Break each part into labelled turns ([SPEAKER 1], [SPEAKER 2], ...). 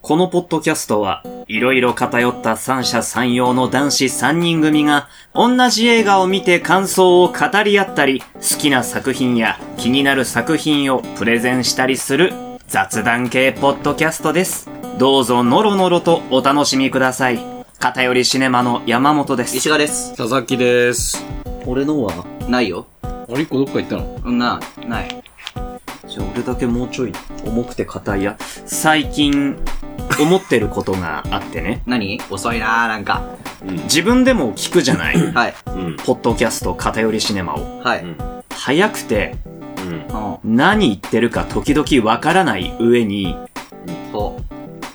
[SPEAKER 1] このポッドキャストは、いろいろ偏った三者三様の男子三人組が、同じ映画を見て感想を語り合ったり、好きな作品や気になる作品をプレゼンしたりする、雑談系ポッドキャストです。どうぞノロノロとお楽しみください。偏りシネマの山本です。
[SPEAKER 2] 石川です。
[SPEAKER 3] 佐々木です。
[SPEAKER 1] 俺のは
[SPEAKER 2] ないよ。
[SPEAKER 3] あれ一個どっか行ったの
[SPEAKER 2] な、ない。
[SPEAKER 1] じゃあ俺だけもうちょい重くて硬いや。最近、思ってることがあってね。
[SPEAKER 2] 何遅いなーなんか。
[SPEAKER 1] 自分でも聞くじゃない。
[SPEAKER 2] はい。
[SPEAKER 3] うん。
[SPEAKER 1] ポッドキャスト偏りシネマを。
[SPEAKER 2] はい。う。
[SPEAKER 3] うんん。
[SPEAKER 1] 早くて
[SPEAKER 3] うん。
[SPEAKER 1] 何言ってるか時々わからない上に、
[SPEAKER 2] ほ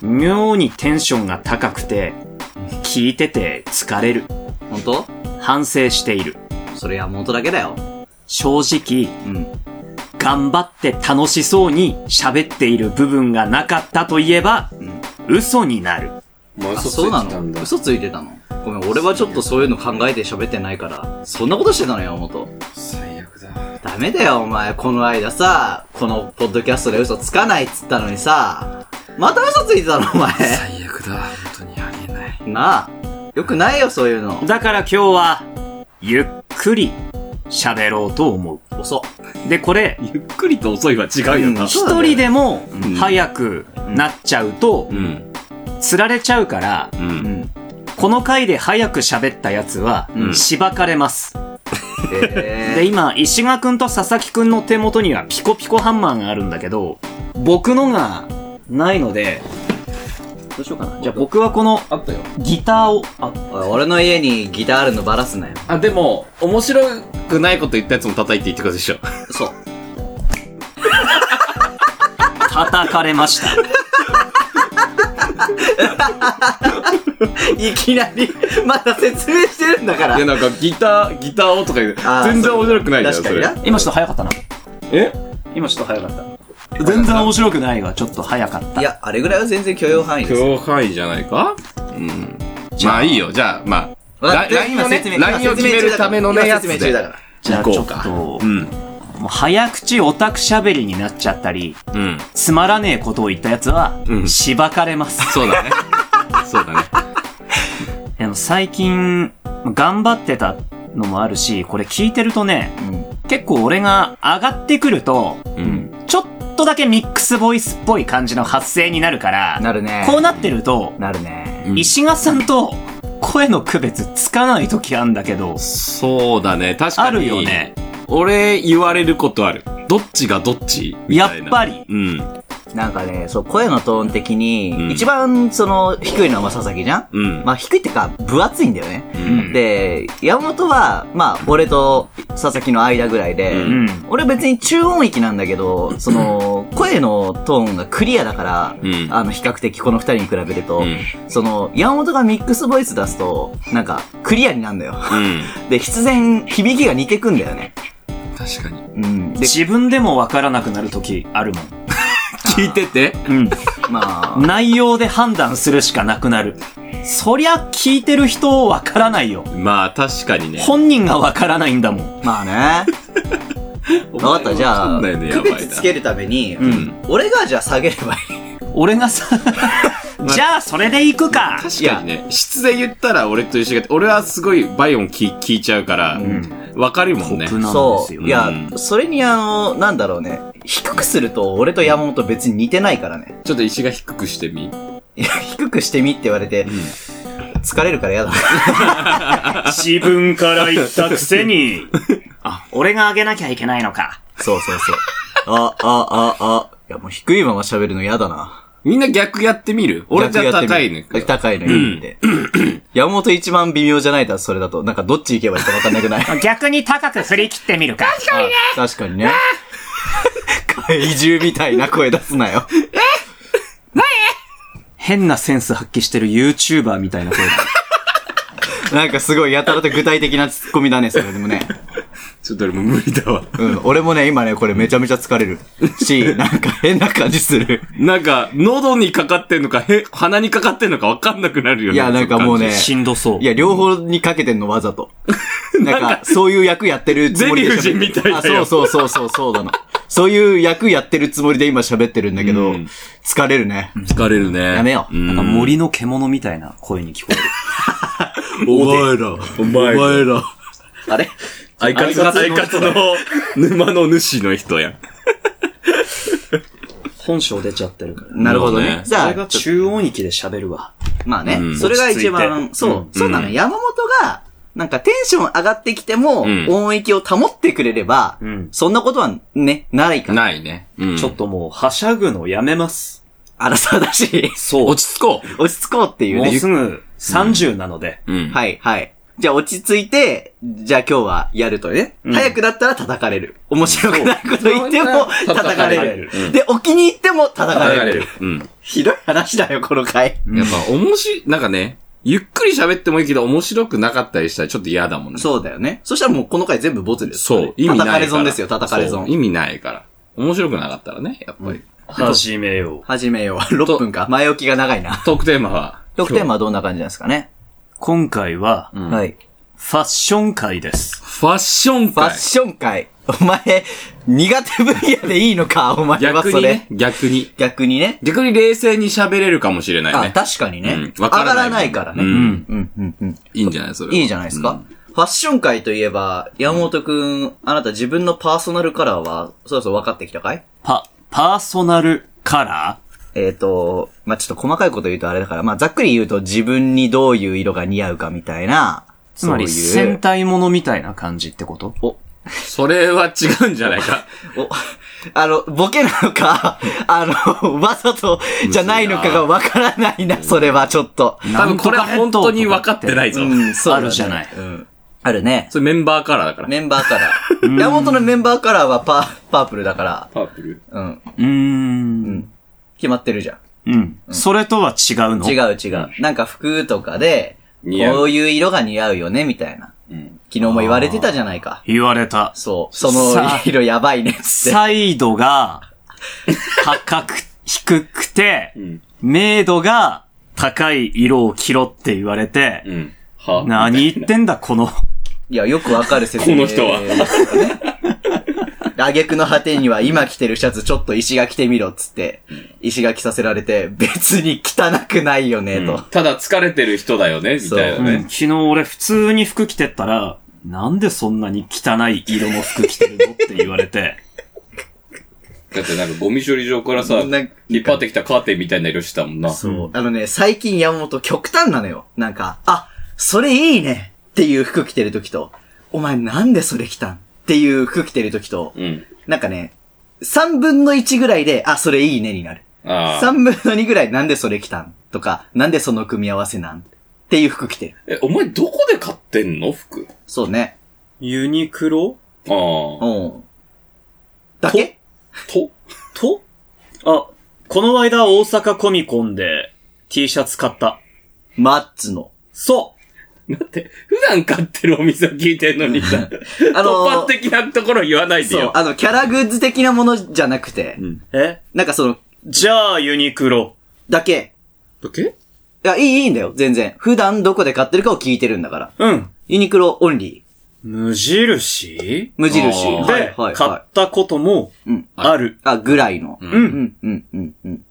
[SPEAKER 1] 妙にテンションが高くて、聞いてて疲れる。
[SPEAKER 2] う。ほんと
[SPEAKER 1] 反省している。
[SPEAKER 2] それは元だけだよ。
[SPEAKER 1] 正直、
[SPEAKER 2] うん。
[SPEAKER 1] 頑張って楽しそうに喋っている部分がなかったといえば、
[SPEAKER 2] うん。
[SPEAKER 1] 嘘になる。
[SPEAKER 3] ま
[SPEAKER 2] あ、
[SPEAKER 3] あ、嘘つ
[SPEAKER 2] そうない
[SPEAKER 3] てたん
[SPEAKER 2] の
[SPEAKER 3] だ。
[SPEAKER 2] 嘘ついてたのごめん、俺はちょっとそういうの考えて喋ってないから、そんなことしてたのよ、山本。
[SPEAKER 3] 最悪だ。
[SPEAKER 2] ダメだよ、お前。この間さ、このポッドキャストで嘘つかないっつったのにさ、また嘘ついてたの、お前。
[SPEAKER 3] 最悪だ。本当にありえない。
[SPEAKER 2] なあ。よくないよ、そういうの。
[SPEAKER 1] だから今日は、ゆっくり喋ろうと思
[SPEAKER 2] 遅。
[SPEAKER 1] う。で、これ、
[SPEAKER 3] ゆっくりと遅いは違うよな。
[SPEAKER 2] そうだ
[SPEAKER 1] 一
[SPEAKER 2] ね
[SPEAKER 1] 人でも
[SPEAKER 3] ん
[SPEAKER 1] 早くなっちゃうと、
[SPEAKER 3] ん。
[SPEAKER 1] 釣られちゃうから、
[SPEAKER 3] う。
[SPEAKER 2] うんん。
[SPEAKER 1] この回で早く喋ったやつは
[SPEAKER 2] う、ん
[SPEAKER 1] しばかれます。で、
[SPEAKER 2] え
[SPEAKER 1] 今、石川くんと佐々木くんの手元にはピコピコハンマーがあるんだけど、僕のがないので、 どうしようかな。じゃあ僕はこの
[SPEAKER 3] あったよ。
[SPEAKER 1] ギターを、あ、
[SPEAKER 2] ー、おい俺の家にギターあるのバラすなよ。
[SPEAKER 3] あ、でも、面白くないこと言ったやつも叩いていいってことでしょ。
[SPEAKER 2] そう。
[SPEAKER 1] 叩かれました。
[SPEAKER 2] いきなり、まだ説明してるんだから。
[SPEAKER 3] いや、なんか、ギター、ギターをとか言う。
[SPEAKER 2] あー
[SPEAKER 3] 全然面白くないじゃん、
[SPEAKER 2] 確か
[SPEAKER 3] そ
[SPEAKER 2] に
[SPEAKER 3] れ。
[SPEAKER 2] な。
[SPEAKER 1] 今ちょっと早かったな。
[SPEAKER 3] え
[SPEAKER 1] 今ちょっと早かった。全然面白くないが、ちょっと早かった。
[SPEAKER 2] いや、あれぐらいは全然許容範囲です。
[SPEAKER 3] 今日範囲じゃないかうん。まあいいよ、じゃあ、まあ。
[SPEAKER 2] わ
[SPEAKER 3] ラ
[SPEAKER 2] で
[SPEAKER 3] ラインを
[SPEAKER 2] 今
[SPEAKER 3] ね
[SPEAKER 2] 説明、
[SPEAKER 3] ラインを決めるためのね、
[SPEAKER 2] 今
[SPEAKER 3] やつ
[SPEAKER 2] 説明中だ
[SPEAKER 3] で
[SPEAKER 2] か。
[SPEAKER 1] じゃあ
[SPEAKER 3] 行
[SPEAKER 1] ち
[SPEAKER 3] こ
[SPEAKER 1] ょ
[SPEAKER 3] う
[SPEAKER 1] っ
[SPEAKER 3] か。
[SPEAKER 1] と
[SPEAKER 3] う、ん。
[SPEAKER 1] もう早口オタク喋りになっちゃったり、
[SPEAKER 3] うん。
[SPEAKER 1] つまらねえことを言ったやつは
[SPEAKER 3] う、ん
[SPEAKER 1] しばかれます。
[SPEAKER 3] そうだね。 そうだね。
[SPEAKER 1] でも最近、頑張ってたのもあるし、これ聞いてるとね、
[SPEAKER 2] ら。うん。
[SPEAKER 1] 結構俺が上がってくると、
[SPEAKER 3] うん。
[SPEAKER 1] ちょっとだけミックスボイスっぽい感じの発声になるから、
[SPEAKER 2] なるね。
[SPEAKER 1] こうなってると、
[SPEAKER 2] なるね。
[SPEAKER 3] うん
[SPEAKER 1] 石川さんと声の区別つかない時あんだけど、
[SPEAKER 3] そうだね。確かに。
[SPEAKER 1] あるよね。
[SPEAKER 3] 俺、言われることある。どっちがどっちみ
[SPEAKER 1] や
[SPEAKER 3] たいな。
[SPEAKER 1] っぱり、
[SPEAKER 3] うん。
[SPEAKER 2] なんかね、そう、声のトーン的に、
[SPEAKER 3] うん
[SPEAKER 2] 一番、その、低いのはまあ佐々木じゃん
[SPEAKER 3] うん。
[SPEAKER 2] まあ、低いってか、分厚いんだよね。
[SPEAKER 3] うん
[SPEAKER 2] で、山本は、まあ、俺と佐々木の間ぐらいで、
[SPEAKER 3] う
[SPEAKER 1] うん。
[SPEAKER 2] 俺別に中音域なんだけど、そ の、声のトーンがクリアだから、
[SPEAKER 3] うん
[SPEAKER 2] あの、比較的この二人に比べると、
[SPEAKER 3] うん。
[SPEAKER 2] その、山本がミックスボイス出すと、なんか、クリアになるんだよ。
[SPEAKER 3] うん。
[SPEAKER 2] で、必然、響きが似てくんだよね。
[SPEAKER 3] 確かに。
[SPEAKER 2] うん。で、
[SPEAKER 1] 自分でもわからなくなる時あるもん。
[SPEAKER 3] 聞いてて
[SPEAKER 1] うん。
[SPEAKER 2] まあ、
[SPEAKER 1] 内容で判断するしかなくなる。そりゃ聞いてる人わからないよ。
[SPEAKER 3] まあ、確かにね。
[SPEAKER 1] 本人がわからないんだもん。
[SPEAKER 2] ま あね。わかった、じゃあ、
[SPEAKER 3] 分かんないねや
[SPEAKER 2] 区
[SPEAKER 3] ばいな
[SPEAKER 2] 別つけるために、
[SPEAKER 3] うん。
[SPEAKER 2] 俺がじゃあ下げればいい。
[SPEAKER 1] 俺が さ、じゃあそれで行くか
[SPEAKER 3] 確かにね。質で言ったら俺と一緒が、俺はすごいバイオン聞聞いちゃうから、わかるもんね。
[SPEAKER 1] コップなんで
[SPEAKER 2] そ
[SPEAKER 1] す
[SPEAKER 2] う。
[SPEAKER 1] よ
[SPEAKER 2] いや
[SPEAKER 3] う、ん
[SPEAKER 2] それにあの、なんだろうね。低くすると、俺と山本別に似てないからね。
[SPEAKER 3] ちょっと石が低くしてみ。
[SPEAKER 2] いや、低くしてみって言われて、疲れるから嫌だ。
[SPEAKER 1] 自分から言ったくせに。 あ、俺があげなきゃいけないのか。
[SPEAKER 2] そうそうそう。 あ、あ、あ、あ。いや、もう低いまま喋るの嫌だな。
[SPEAKER 3] みんな逆やってみる俺じゃあ高いね。
[SPEAKER 2] 高いのいいって。山本一番微妙じゃないだ、それだと。なんかどっち行けばいいか分かんなく ない
[SPEAKER 1] 逆に高く振り切ってみるか。
[SPEAKER 2] 確かにね。怪獣みたいな声出すなよ。
[SPEAKER 1] 変なセンス発揮してる YouTuber みた いな声だ。
[SPEAKER 2] なんかすごいやたらと具体的なツッコミだね、それでもね。
[SPEAKER 3] ちょっと俺も無理だわ。
[SPEAKER 2] うん。俺もね、今ね、これめちゃめちゃ疲れる。し、なんか変な感じする。
[SPEAKER 3] なんか、喉にかかってんのか、へ、鼻にかかってんのかわかんなくなるよ
[SPEAKER 2] い
[SPEAKER 3] ね。
[SPEAKER 2] や、なんかもうね。
[SPEAKER 1] しんどそう
[SPEAKER 2] い。や、両方にかけてんの、わざ と。なんか、そういう役やってるつもりで喋ってる。
[SPEAKER 3] ゼリー夫人みたいだよ
[SPEAKER 2] あ、そうそうそうそう、そうなの。そういう役やってるつもりで今喋ってるんだけど、
[SPEAKER 3] うん
[SPEAKER 2] 疲れるね。
[SPEAKER 3] 疲れるね。
[SPEAKER 2] やめよう
[SPEAKER 1] なんか森の獣みたいな声に聞こえる。
[SPEAKER 3] お
[SPEAKER 2] 前ら。
[SPEAKER 3] お前ら
[SPEAKER 2] ら。あれ
[SPEAKER 3] 相方の、相方の、沼の主の人やん。
[SPEAKER 1] 本性出ちゃってるから。
[SPEAKER 2] なるほど
[SPEAKER 3] そう
[SPEAKER 2] ね
[SPEAKER 3] ね。
[SPEAKER 2] じゃ
[SPEAKER 1] そ
[SPEAKER 2] あ
[SPEAKER 1] れ、が中音域で喋るわ。
[SPEAKER 2] まあね、
[SPEAKER 3] うん
[SPEAKER 2] それが一
[SPEAKER 1] 落ち着い
[SPEAKER 2] 番、
[SPEAKER 1] て
[SPEAKER 2] そう、
[SPEAKER 1] うん
[SPEAKER 2] そうなの。山本が、なんかテンション上がってきても、
[SPEAKER 3] うん
[SPEAKER 2] 音域を保ってくれれば、
[SPEAKER 1] うん
[SPEAKER 2] そんなことはね、ないから。
[SPEAKER 3] ないね。うん。
[SPEAKER 1] ちょっともう、はしゃぐのやめます。
[SPEAKER 2] 荒さだし、
[SPEAKER 1] そう。
[SPEAKER 3] 落ち着こ
[SPEAKER 2] 落ち着こうっていう
[SPEAKER 1] もう
[SPEAKER 2] ね。
[SPEAKER 1] すぐ30なので。
[SPEAKER 3] う。うん。い。
[SPEAKER 2] はい、はい。じゃあ落ち着いて、じゃあ今日はやるとね、
[SPEAKER 1] うん
[SPEAKER 2] 早くだったら叩かれる。面白くないこと言っても
[SPEAKER 3] そう
[SPEAKER 2] 叩か
[SPEAKER 1] 叩
[SPEAKER 2] れ
[SPEAKER 1] かれ
[SPEAKER 2] る
[SPEAKER 1] る。
[SPEAKER 3] うん
[SPEAKER 2] で、お気に入っても叩かれる。
[SPEAKER 3] うん。
[SPEAKER 2] ひどい話だよ、この回。
[SPEAKER 3] やっぱ、おもし、なんかね、ゆっくり喋ってもいいけど、面白くなかったりしたらちょっと嫌だもんね。
[SPEAKER 2] そうだよね。そしたらもうこの回全部ボツですか
[SPEAKER 3] そ
[SPEAKER 2] ら
[SPEAKER 3] う
[SPEAKER 2] ね。。
[SPEAKER 3] 意味ないから。
[SPEAKER 2] 叩かれ損ですよ、叩かれ
[SPEAKER 3] そう
[SPEAKER 2] 損。
[SPEAKER 3] 意味ないから。面白くなかったらね、やっぱり。
[SPEAKER 1] 始めよう。
[SPEAKER 2] 始めよう。6分 か。前置きが長いな。
[SPEAKER 3] トークテーマは、
[SPEAKER 2] 6点はどんな感じなんですかね。
[SPEAKER 1] 今回は、
[SPEAKER 3] ん
[SPEAKER 2] はい。
[SPEAKER 1] ファッション会です。
[SPEAKER 3] ファッション
[SPEAKER 2] ファッ
[SPEAKER 3] 会。
[SPEAKER 2] ション会。お前、苦手分野でいいのか、お前は
[SPEAKER 3] 逆
[SPEAKER 2] そ
[SPEAKER 3] に
[SPEAKER 2] れ
[SPEAKER 3] ね。。逆に。
[SPEAKER 2] 逆にね。
[SPEAKER 3] 逆に冷静に喋れるかもしれない
[SPEAKER 2] あ、
[SPEAKER 3] ね。
[SPEAKER 2] 確かにね。
[SPEAKER 3] うんわからな
[SPEAKER 2] 上
[SPEAKER 3] い
[SPEAKER 2] がらないからね。
[SPEAKER 3] うん
[SPEAKER 2] うん、うん、うん。
[SPEAKER 3] いいんじゃないそれは。
[SPEAKER 2] いいじゃないですか。ファッション界といえば、山本くん、あなた自分のパーソナルカラーは、そろそろ分かってきたかい
[SPEAKER 1] パ、パーソナルカラ
[SPEAKER 2] えっ、と、まあ、ちょっと細かいこと言うとあれだから、まあ、ざっくり言うと自分にどういう色が似合うかみたいな、
[SPEAKER 1] ーつまり、
[SPEAKER 2] そうい
[SPEAKER 1] 戦
[SPEAKER 2] う、
[SPEAKER 1] 隊ものみたいな感じってこと
[SPEAKER 2] お、
[SPEAKER 3] うんそれは違うんじゃないか。
[SPEAKER 2] お、あの、ボケなのか、 あの、わざとじゃないのかが分からないな、それはちょっと。
[SPEAKER 3] 多分これは本当に分かってないぞ。
[SPEAKER 2] うん、そうだね
[SPEAKER 1] あるじゃない
[SPEAKER 2] うん。あるね。
[SPEAKER 3] それメンバーカラーだから。
[SPEAKER 2] メンバーカラー。山本のメンバーカラーはパ、パープルだから、
[SPEAKER 3] パープル。
[SPEAKER 2] うん。
[SPEAKER 1] うーん。
[SPEAKER 2] 決まってるじゃん。
[SPEAKER 1] うん。それとは違うの
[SPEAKER 2] 違う違う。なんか服とかで、
[SPEAKER 3] 似合う
[SPEAKER 2] こういう色が似合うよね、みたいな。昨日も言われてたじゃないか。
[SPEAKER 1] 言われた。
[SPEAKER 2] そう。その
[SPEAKER 1] さ
[SPEAKER 2] 色やばいねっつって。
[SPEAKER 1] サイドが、高く、低くて、
[SPEAKER 3] ん
[SPEAKER 1] メイドが高い色を着ろって言われて、
[SPEAKER 3] うん。は
[SPEAKER 1] 何言ってんだ、この。
[SPEAKER 2] いや、よくわかる説
[SPEAKER 3] こ
[SPEAKER 2] 明で
[SPEAKER 3] の
[SPEAKER 2] す
[SPEAKER 3] 人
[SPEAKER 2] よ
[SPEAKER 3] は
[SPEAKER 2] ね。挙句の果てには今着てるシャツちょっと石が着てみろっつって、石が着させられて、別に汚くないよね、と。
[SPEAKER 3] ただ疲れてる人だよね、みたいな
[SPEAKER 1] うん
[SPEAKER 3] ね。
[SPEAKER 1] 昨日俺普通に服着てったら、なんでそんなに汚い色の服着てるのって言われて、
[SPEAKER 3] だってなんかゴミ処理場からさ、
[SPEAKER 2] なんか
[SPEAKER 3] 引っ張ってきたカーテンみたいな色してたもんな。
[SPEAKER 2] そう。あのね、最近山本極端なのよ。なんか、あ、それいいねっていう服着てる時と、お前なんでそれ着たんっていう服着てる時と、
[SPEAKER 3] うん。
[SPEAKER 2] なんかね、3分の1ぐらいで、あ、それいいねになる。
[SPEAKER 3] あ
[SPEAKER 2] 3
[SPEAKER 3] あ。
[SPEAKER 2] 分の2ぐらいなんでそれ着たんとか、なんでその組み合わせなんっていう服着てる。
[SPEAKER 3] え、お前どこで買ってんの服。
[SPEAKER 2] そうね。
[SPEAKER 1] ユニクロ
[SPEAKER 3] ああ。
[SPEAKER 2] うん。だけ
[SPEAKER 3] と
[SPEAKER 1] とあ、この間大阪コミコンで T シャツ買った。
[SPEAKER 2] マッツの。
[SPEAKER 1] そ
[SPEAKER 3] だって、普段買ってるお店を聞いてんのに さ、
[SPEAKER 2] あのー
[SPEAKER 3] 突発的なところ言わないで
[SPEAKER 2] そう
[SPEAKER 3] よ。。
[SPEAKER 2] あの、キャラグッズ的なものじゃなくて、
[SPEAKER 3] ん
[SPEAKER 1] うえ
[SPEAKER 2] なんかその、
[SPEAKER 1] じゃあユニクロ。
[SPEAKER 2] だけ。
[SPEAKER 3] だけ
[SPEAKER 2] いや、いい、いいんだよ、全然。普段どこで買ってるかを聞いてるんだから。
[SPEAKER 1] うん。
[SPEAKER 2] ユニクロオンリー。
[SPEAKER 1] 無印
[SPEAKER 2] 無印。
[SPEAKER 3] あー
[SPEAKER 1] で、
[SPEAKER 2] はい、はい、
[SPEAKER 1] 買っ
[SPEAKER 2] は
[SPEAKER 1] たことも
[SPEAKER 2] い。うん。
[SPEAKER 1] ある。
[SPEAKER 2] あ、ぐらいの。
[SPEAKER 1] う。
[SPEAKER 2] うんん、うん、うん、うん。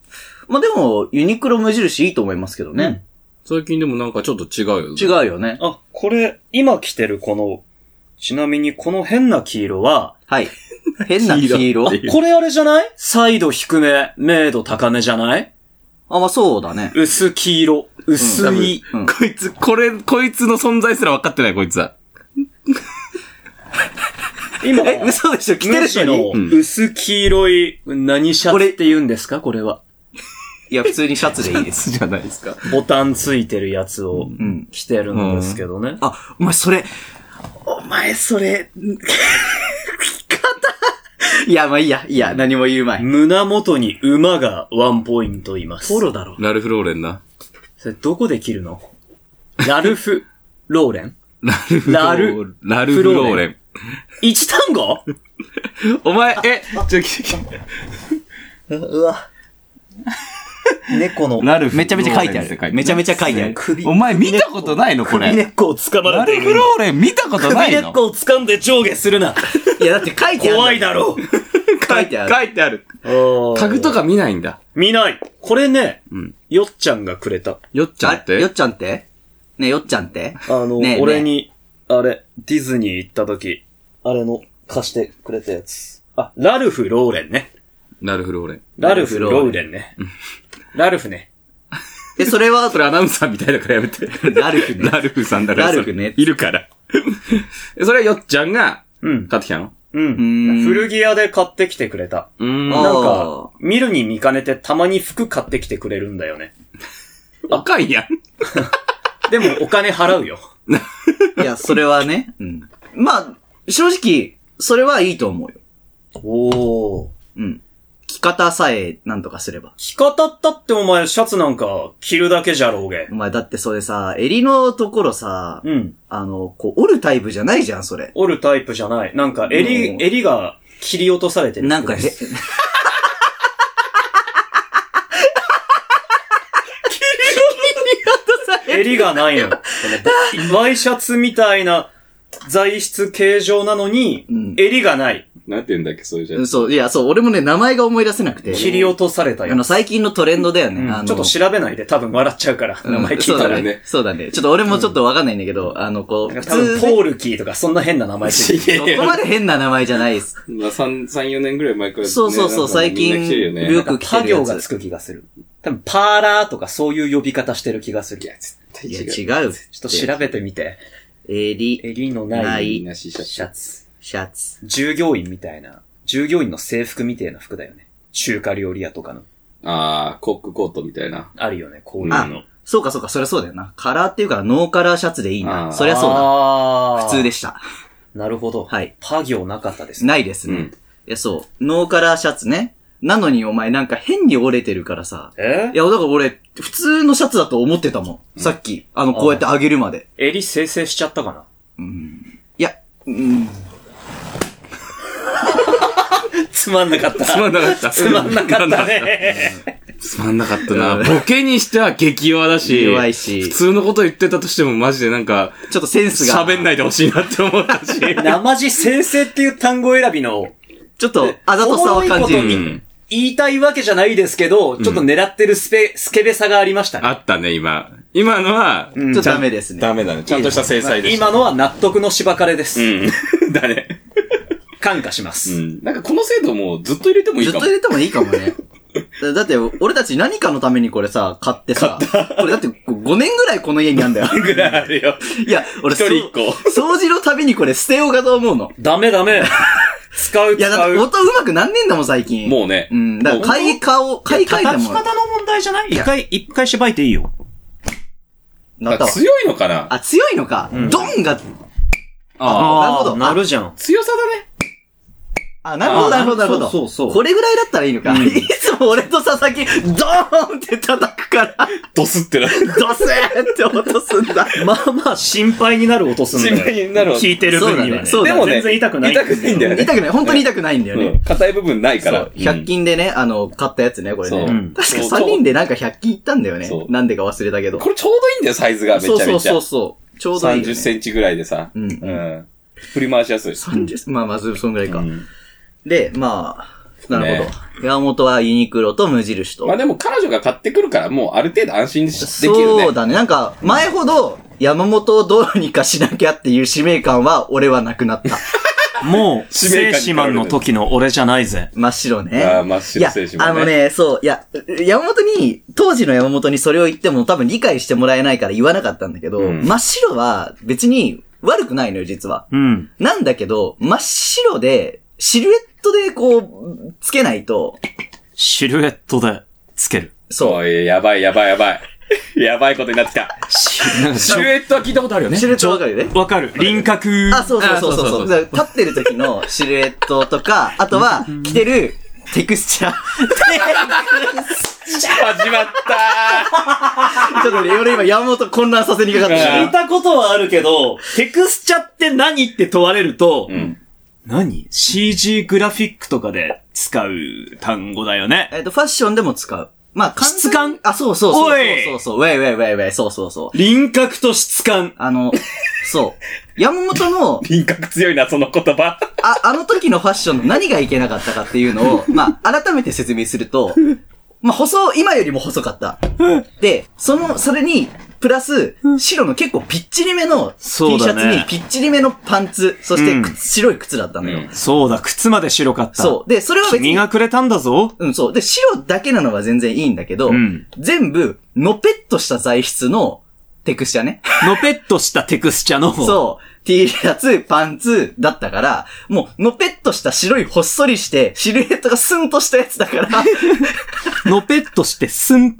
[SPEAKER 2] まあ、でも、ユニクロ無印いいと思いますけどね。
[SPEAKER 3] 最近でもなんかちょっと違うよ。
[SPEAKER 2] 違う
[SPEAKER 3] う。
[SPEAKER 2] よね。
[SPEAKER 1] あ、これ、今着てるこの、ちなみにこの変な黄色は、
[SPEAKER 2] はい。変な黄色
[SPEAKER 1] あ、これあれじゃないサイド低め、明度高めじゃない
[SPEAKER 2] あ、まあ、そうだね。
[SPEAKER 1] 薄黄色、薄い。
[SPEAKER 2] うん
[SPEAKER 3] こいつ、これ、こいつの存在すら分かってない、こいつは。
[SPEAKER 1] 今、
[SPEAKER 2] え、嘘でしょ着てる
[SPEAKER 1] 無
[SPEAKER 2] 人
[SPEAKER 1] 地
[SPEAKER 2] に
[SPEAKER 1] の薄黄色い、何シャツって言うんですかこれは。
[SPEAKER 2] いや、普通にシャツでいいです。
[SPEAKER 3] じゃないですか。
[SPEAKER 1] ボタンついてるやつを
[SPEAKER 2] ん
[SPEAKER 1] 着てるんですけどね。
[SPEAKER 2] あ、お前それ、お前それ、 着方いや、まあいいや、いいや、何も言うまい。
[SPEAKER 1] 胸元に馬がワンポイントいます。ポロだろ。
[SPEAKER 3] ラルフ・ローレンな。
[SPEAKER 1] それどこで着るのラルフ、 ローレン
[SPEAKER 3] ラルフ・ロー
[SPEAKER 1] ラル
[SPEAKER 3] ラルフ・ローレン。
[SPEAKER 1] 一単語
[SPEAKER 3] お前、え、ちょ、きき
[SPEAKER 1] う わ。猫の
[SPEAKER 3] ラルフ。
[SPEAKER 2] めちゃめちゃ書いてある。めちゃめちゃ書いてある。
[SPEAKER 1] 首
[SPEAKER 3] お前見たことないのこ
[SPEAKER 1] 首根
[SPEAKER 3] れ。
[SPEAKER 1] っこを掴ま
[SPEAKER 3] ラ
[SPEAKER 1] れ
[SPEAKER 3] ル
[SPEAKER 1] てい
[SPEAKER 3] フ・
[SPEAKER 1] る
[SPEAKER 3] ロ。ーレン見たこと
[SPEAKER 1] 首
[SPEAKER 3] ない
[SPEAKER 1] 根
[SPEAKER 3] の
[SPEAKER 1] っこを掴んで上下するな。
[SPEAKER 2] いや、だって書いてある。
[SPEAKER 1] 怖いだろう。
[SPEAKER 2] 書いてある。
[SPEAKER 3] 書いてある。タ
[SPEAKER 1] タ
[SPEAKER 3] グとか見ないんだ。
[SPEAKER 1] 見ない。これね、
[SPEAKER 3] うん
[SPEAKER 1] よっちゃんがくれた。
[SPEAKER 3] よっちゃんっ
[SPEAKER 2] あよってちゃんってねよっちゃんって
[SPEAKER 1] あの、
[SPEAKER 2] ねえ
[SPEAKER 1] 俺
[SPEAKER 2] ね
[SPEAKER 1] に、あれ、ディズニー行った時、あれの貸してくれたやつ。あ、ラルフ・ローレンね。
[SPEAKER 3] なるほど、俺。
[SPEAKER 1] ラルフ・ローレンね。ラルフね。
[SPEAKER 2] え。え、それは、
[SPEAKER 3] それアナウンサーみたいだからや めて。
[SPEAKER 2] ラルフね
[SPEAKER 3] ラルフさんだから。
[SPEAKER 2] ラルフね
[SPEAKER 3] それいるから。 えそれはよっちゃんが、
[SPEAKER 1] うん。
[SPEAKER 3] 買ってきたの
[SPEAKER 1] う
[SPEAKER 2] うー
[SPEAKER 1] ん。
[SPEAKER 2] ん
[SPEAKER 1] 古着屋で買ってきてくれた。
[SPEAKER 3] うーん。
[SPEAKER 2] あ
[SPEAKER 1] なん
[SPEAKER 2] あ
[SPEAKER 1] か、見るに見かねてたまに服買ってきてくれるんだよね。
[SPEAKER 3] 赤いやん。
[SPEAKER 1] でもお金払うよ。
[SPEAKER 2] いや、それはね。うん。まあ、正直、それはいいと思うよ。
[SPEAKER 1] おお。
[SPEAKER 2] うん。着方さえ、なんとかすれば。
[SPEAKER 1] 着方ったってお前シャツなんか着るだけじゃろうげ
[SPEAKER 2] お。前、だってそれさ、襟のところさ、
[SPEAKER 1] うん。
[SPEAKER 2] あの、こう、折るタイプじゃないじゃん、それ。
[SPEAKER 1] 折るタイプじゃない。なんか
[SPEAKER 2] う
[SPEAKER 1] 襟、
[SPEAKER 2] ん
[SPEAKER 1] 襟が切り落とされてる。
[SPEAKER 2] なんか、へ、
[SPEAKER 1] 襟がないの。このワイシャツみたいな材質形状なのに
[SPEAKER 2] う、ん
[SPEAKER 1] 襟がない。
[SPEAKER 3] なんて言うんだっけ、そういうじゃ
[SPEAKER 2] うんそう、いや、そう、俺もね、名前が思い出せなくて。
[SPEAKER 1] 切り落とされた
[SPEAKER 2] あの、
[SPEAKER 1] よ。
[SPEAKER 2] 最近のトレンドだよね。
[SPEAKER 1] うん
[SPEAKER 2] あの
[SPEAKER 1] ちょっと調べないで多分笑っちゃうから、名前聞いたらね。
[SPEAKER 2] うんそうだね。そうだね。ちょっと俺もちょっとわかんないんだけど、あの、こう、
[SPEAKER 1] なん
[SPEAKER 2] 普
[SPEAKER 1] か多分
[SPEAKER 2] 通
[SPEAKER 1] ポ
[SPEAKER 2] ね、
[SPEAKER 1] ールキーとかそんな変な名前ついてる。
[SPEAKER 2] そこまで変な名前じゃないです。
[SPEAKER 3] まあ、3、三4年ぐら い前から、ね。
[SPEAKER 2] そうそうそう
[SPEAKER 3] なんかみんな来てるよね
[SPEAKER 2] 最近よく着
[SPEAKER 1] パ
[SPEAKER 2] てるやつ
[SPEAKER 1] 行がつく気がする。多分パーラーとかそういう呼び方してる気がする。ちょ
[SPEAKER 2] いや、違う。
[SPEAKER 3] 違う。
[SPEAKER 1] っと調べてみて。
[SPEAKER 2] 襟、
[SPEAKER 1] 襟の
[SPEAKER 2] な
[SPEAKER 1] ない
[SPEAKER 2] い
[SPEAKER 3] みんな C シャツ。
[SPEAKER 1] シャツ。
[SPEAKER 2] シャツ。
[SPEAKER 1] 従業員みたいな、従業員の制服みたいな服だよね。中華料理屋とかの。
[SPEAKER 3] あー、コックコートみたいな。
[SPEAKER 1] あるよね、こういう
[SPEAKER 2] あ
[SPEAKER 1] の。、
[SPEAKER 2] そうかそうか、そりゃそうだよな。カラーっていうからノーカラーシャツでいい
[SPEAKER 3] あー
[SPEAKER 2] な。そりゃそうだ。
[SPEAKER 1] だ
[SPEAKER 2] 普通で
[SPEAKER 1] し
[SPEAKER 2] した。
[SPEAKER 1] た。なるほど。
[SPEAKER 2] はい。
[SPEAKER 1] パ行なかったですね。
[SPEAKER 2] ないですね。
[SPEAKER 3] うん
[SPEAKER 2] いや、そう。ノーカラーシャツね。なのにお前なんか変に折れてるからさ。
[SPEAKER 1] え
[SPEAKER 2] いや、だから俺、普通のシャツだと思ってたもん。さっき。あの、こうやって上げるまで。
[SPEAKER 1] 襟生成しちゃったかない
[SPEAKER 2] や、うん。
[SPEAKER 1] つまんなかった。
[SPEAKER 3] つまんなかった。
[SPEAKER 1] つまんなかった。ね。
[SPEAKER 3] つまんなかったな。
[SPEAKER 2] うん
[SPEAKER 3] ボケにしては激弱だし。
[SPEAKER 2] 弱いし
[SPEAKER 3] 普通のこと言ってたとしてもマジでなんか、
[SPEAKER 2] ちょっとセンスが。
[SPEAKER 3] 喋んないでほしいなって思ったし。
[SPEAKER 1] 生地 生成っていう単語選びの
[SPEAKER 2] ちょっと、あざとさは感じ
[SPEAKER 1] おもろいこと
[SPEAKER 3] う
[SPEAKER 1] に
[SPEAKER 2] る。
[SPEAKER 3] ん。
[SPEAKER 1] 言いたいわけじゃないですけど、ちょっと狙ってるスペ、スケベさがありましたね。
[SPEAKER 3] あったね、今。今のは、
[SPEAKER 2] ちょっとダメですね。
[SPEAKER 3] メだね。ちゃんとした制裁でした。
[SPEAKER 1] 今のは納得の芝枯れです。
[SPEAKER 3] うん。 だね。
[SPEAKER 1] 感化します。
[SPEAKER 3] ん。なんかこの制度もうずっと入れても
[SPEAKER 2] ずっと入れてもいいかもね。だだって、俺たち何かのためにこれさ、買ってさ、これだって5年ぐらいこの家にあんだよ。
[SPEAKER 3] ぐらいあるよ。
[SPEAKER 2] いや、俺、
[SPEAKER 3] 一人一個
[SPEAKER 2] そう掃除のたびにこれ捨てようかと思うの。
[SPEAKER 1] ダメダメ。使う、
[SPEAKER 2] いや、だっ
[SPEAKER 1] 使
[SPEAKER 2] て
[SPEAKER 1] う。
[SPEAKER 2] 音うまくなんねえんだもん、最近。
[SPEAKER 3] もうね。
[SPEAKER 2] うん、だから買い、買おう、買い替えて
[SPEAKER 1] 叩き
[SPEAKER 2] もらう
[SPEAKER 1] 方の問題じゃない一回、一回しばいていいよ。
[SPEAKER 2] なったわ。
[SPEAKER 3] 強いのかな
[SPEAKER 2] あ、強いのか。ドンが、
[SPEAKER 3] あ
[SPEAKER 2] な
[SPEAKER 3] あ。
[SPEAKER 2] るほど
[SPEAKER 1] なるじゃん。
[SPEAKER 3] 強さだね。
[SPEAKER 2] あ、なるほど、
[SPEAKER 1] あ
[SPEAKER 2] なるほど、なるほど。
[SPEAKER 1] そうそうそう
[SPEAKER 2] これぐらいだったらいいのか。いつも俺と佐々木、ドーンって叩くから、
[SPEAKER 3] ドスってな る。
[SPEAKER 2] ドスーンって音すんだ。
[SPEAKER 1] まあまあ、心配になる音すんだよ。
[SPEAKER 3] 心配になる
[SPEAKER 1] 聞いてる分にはね。
[SPEAKER 2] そうだねそうだね
[SPEAKER 1] でも全然痛くない。
[SPEAKER 3] 痛くないんだよね。
[SPEAKER 2] 痛くない、本当に痛くないんだよね。
[SPEAKER 3] うん硬い部分ないか
[SPEAKER 2] そ
[SPEAKER 3] ら
[SPEAKER 2] う。、100均でね、あの、買ったやつね、これね。
[SPEAKER 3] そう
[SPEAKER 2] うん確か
[SPEAKER 3] そう
[SPEAKER 2] 3人でなんか100均行ったんだよね
[SPEAKER 3] そ。う
[SPEAKER 2] なんでか忘れたけ
[SPEAKER 3] う
[SPEAKER 2] ど
[SPEAKER 3] ん。これちょうどいいんだよ、サイズがめちゃ
[SPEAKER 2] そう
[SPEAKER 3] めちゃ。
[SPEAKER 2] そうそうそう。ちょうどいいよね、
[SPEAKER 3] 30センチぐらいでさ。
[SPEAKER 2] うん
[SPEAKER 3] うん。振り回しやすい。
[SPEAKER 2] 30まあまず、そんぐらいか。
[SPEAKER 3] うん
[SPEAKER 2] で、まあ、なるほど
[SPEAKER 3] ね。
[SPEAKER 2] 山本はユニクロと無印と。
[SPEAKER 3] まあでも彼女が買ってくるから、もうある程度安心できるね。
[SPEAKER 2] そうだね。なんか、前ほど、山本をどうにかしなきゃっていう使命感は、俺はなくな った。
[SPEAKER 1] もう、
[SPEAKER 3] 使命感に
[SPEAKER 1] 聖子マンの時の俺じゃないぜ。
[SPEAKER 2] 真っ白ね。
[SPEAKER 3] あー真っ白精神
[SPEAKER 2] いや、あ
[SPEAKER 3] もね
[SPEAKER 2] のね、そう、いや、山本に、当時の山本にそれを言っても多分理解してもらえないから言わなかったんだけど、
[SPEAKER 3] うん
[SPEAKER 2] 真っ白は別に悪くないのよ、実は。
[SPEAKER 1] うん。
[SPEAKER 2] なんだけど、真っ白で、シルエットでこう、つけないと、
[SPEAKER 1] シルエットで、つける。
[SPEAKER 2] そ
[SPEAKER 3] おいやばいやばいやばい。 やばいことになってきた。
[SPEAKER 1] シ
[SPEAKER 3] シルエットは聞いたことあるよ
[SPEAKER 2] う、
[SPEAKER 3] ね。
[SPEAKER 2] シルエットわかるよね。
[SPEAKER 1] わかる。輪郭。
[SPEAKER 2] あ、そうそうそうそうそ
[SPEAKER 3] あそううそう
[SPEAKER 2] だから立ってる時のシルエットとか、あとは、着てる、テクスチャー。
[SPEAKER 3] 始 まった
[SPEAKER 2] ちょっとね、俺今山本混乱させにかかった。
[SPEAKER 3] うん
[SPEAKER 1] 聞いたことはあるけど、テクスチャって何って問われると、
[SPEAKER 3] ーうん。
[SPEAKER 1] 何 ?CG グラフィックとかで使う単語だよね。
[SPEAKER 2] えっと、ファッションでも使う。まあ、完全
[SPEAKER 1] 質感
[SPEAKER 2] あ、そうそうそう。
[SPEAKER 1] おい
[SPEAKER 2] そうそうそう。ウェイウェイウェイウェイ、そうそうそう。
[SPEAKER 1] 輪郭と質感。
[SPEAKER 2] あの、そう。山本の、
[SPEAKER 1] 輪郭強いな、その言葉。
[SPEAKER 2] あ、あの時のファッションの何がいけなかったかっていうの を、まあ、改めて説明すると、まあ、細、今よりも細かった。で、その、それに、プラス、白の結構ピッチリめの T シ
[SPEAKER 1] そうだ
[SPEAKER 2] ャツ
[SPEAKER 1] ね
[SPEAKER 2] に、ピッチリめのパンツ、そして
[SPEAKER 1] うん
[SPEAKER 2] 靴白い靴だったの
[SPEAKER 4] う
[SPEAKER 2] よ。
[SPEAKER 4] ん
[SPEAKER 1] そうだ、靴まで白かった。
[SPEAKER 2] そう。で、それは別
[SPEAKER 1] 君
[SPEAKER 2] に、
[SPEAKER 1] がくれたんだぞ。
[SPEAKER 2] うん、そう。で、白だけなのは全然いいんだけど、
[SPEAKER 1] うん
[SPEAKER 2] 全部、のぺっとした材質のテクスチャね。
[SPEAKER 1] のぺっとしたテクスチャの。
[SPEAKER 2] そう。T シャツ、パンツだったから、もう、のぺっとした白いほっそりして、シルエットがスンとしたやつ だから。
[SPEAKER 1] のぺっとしてすん、なん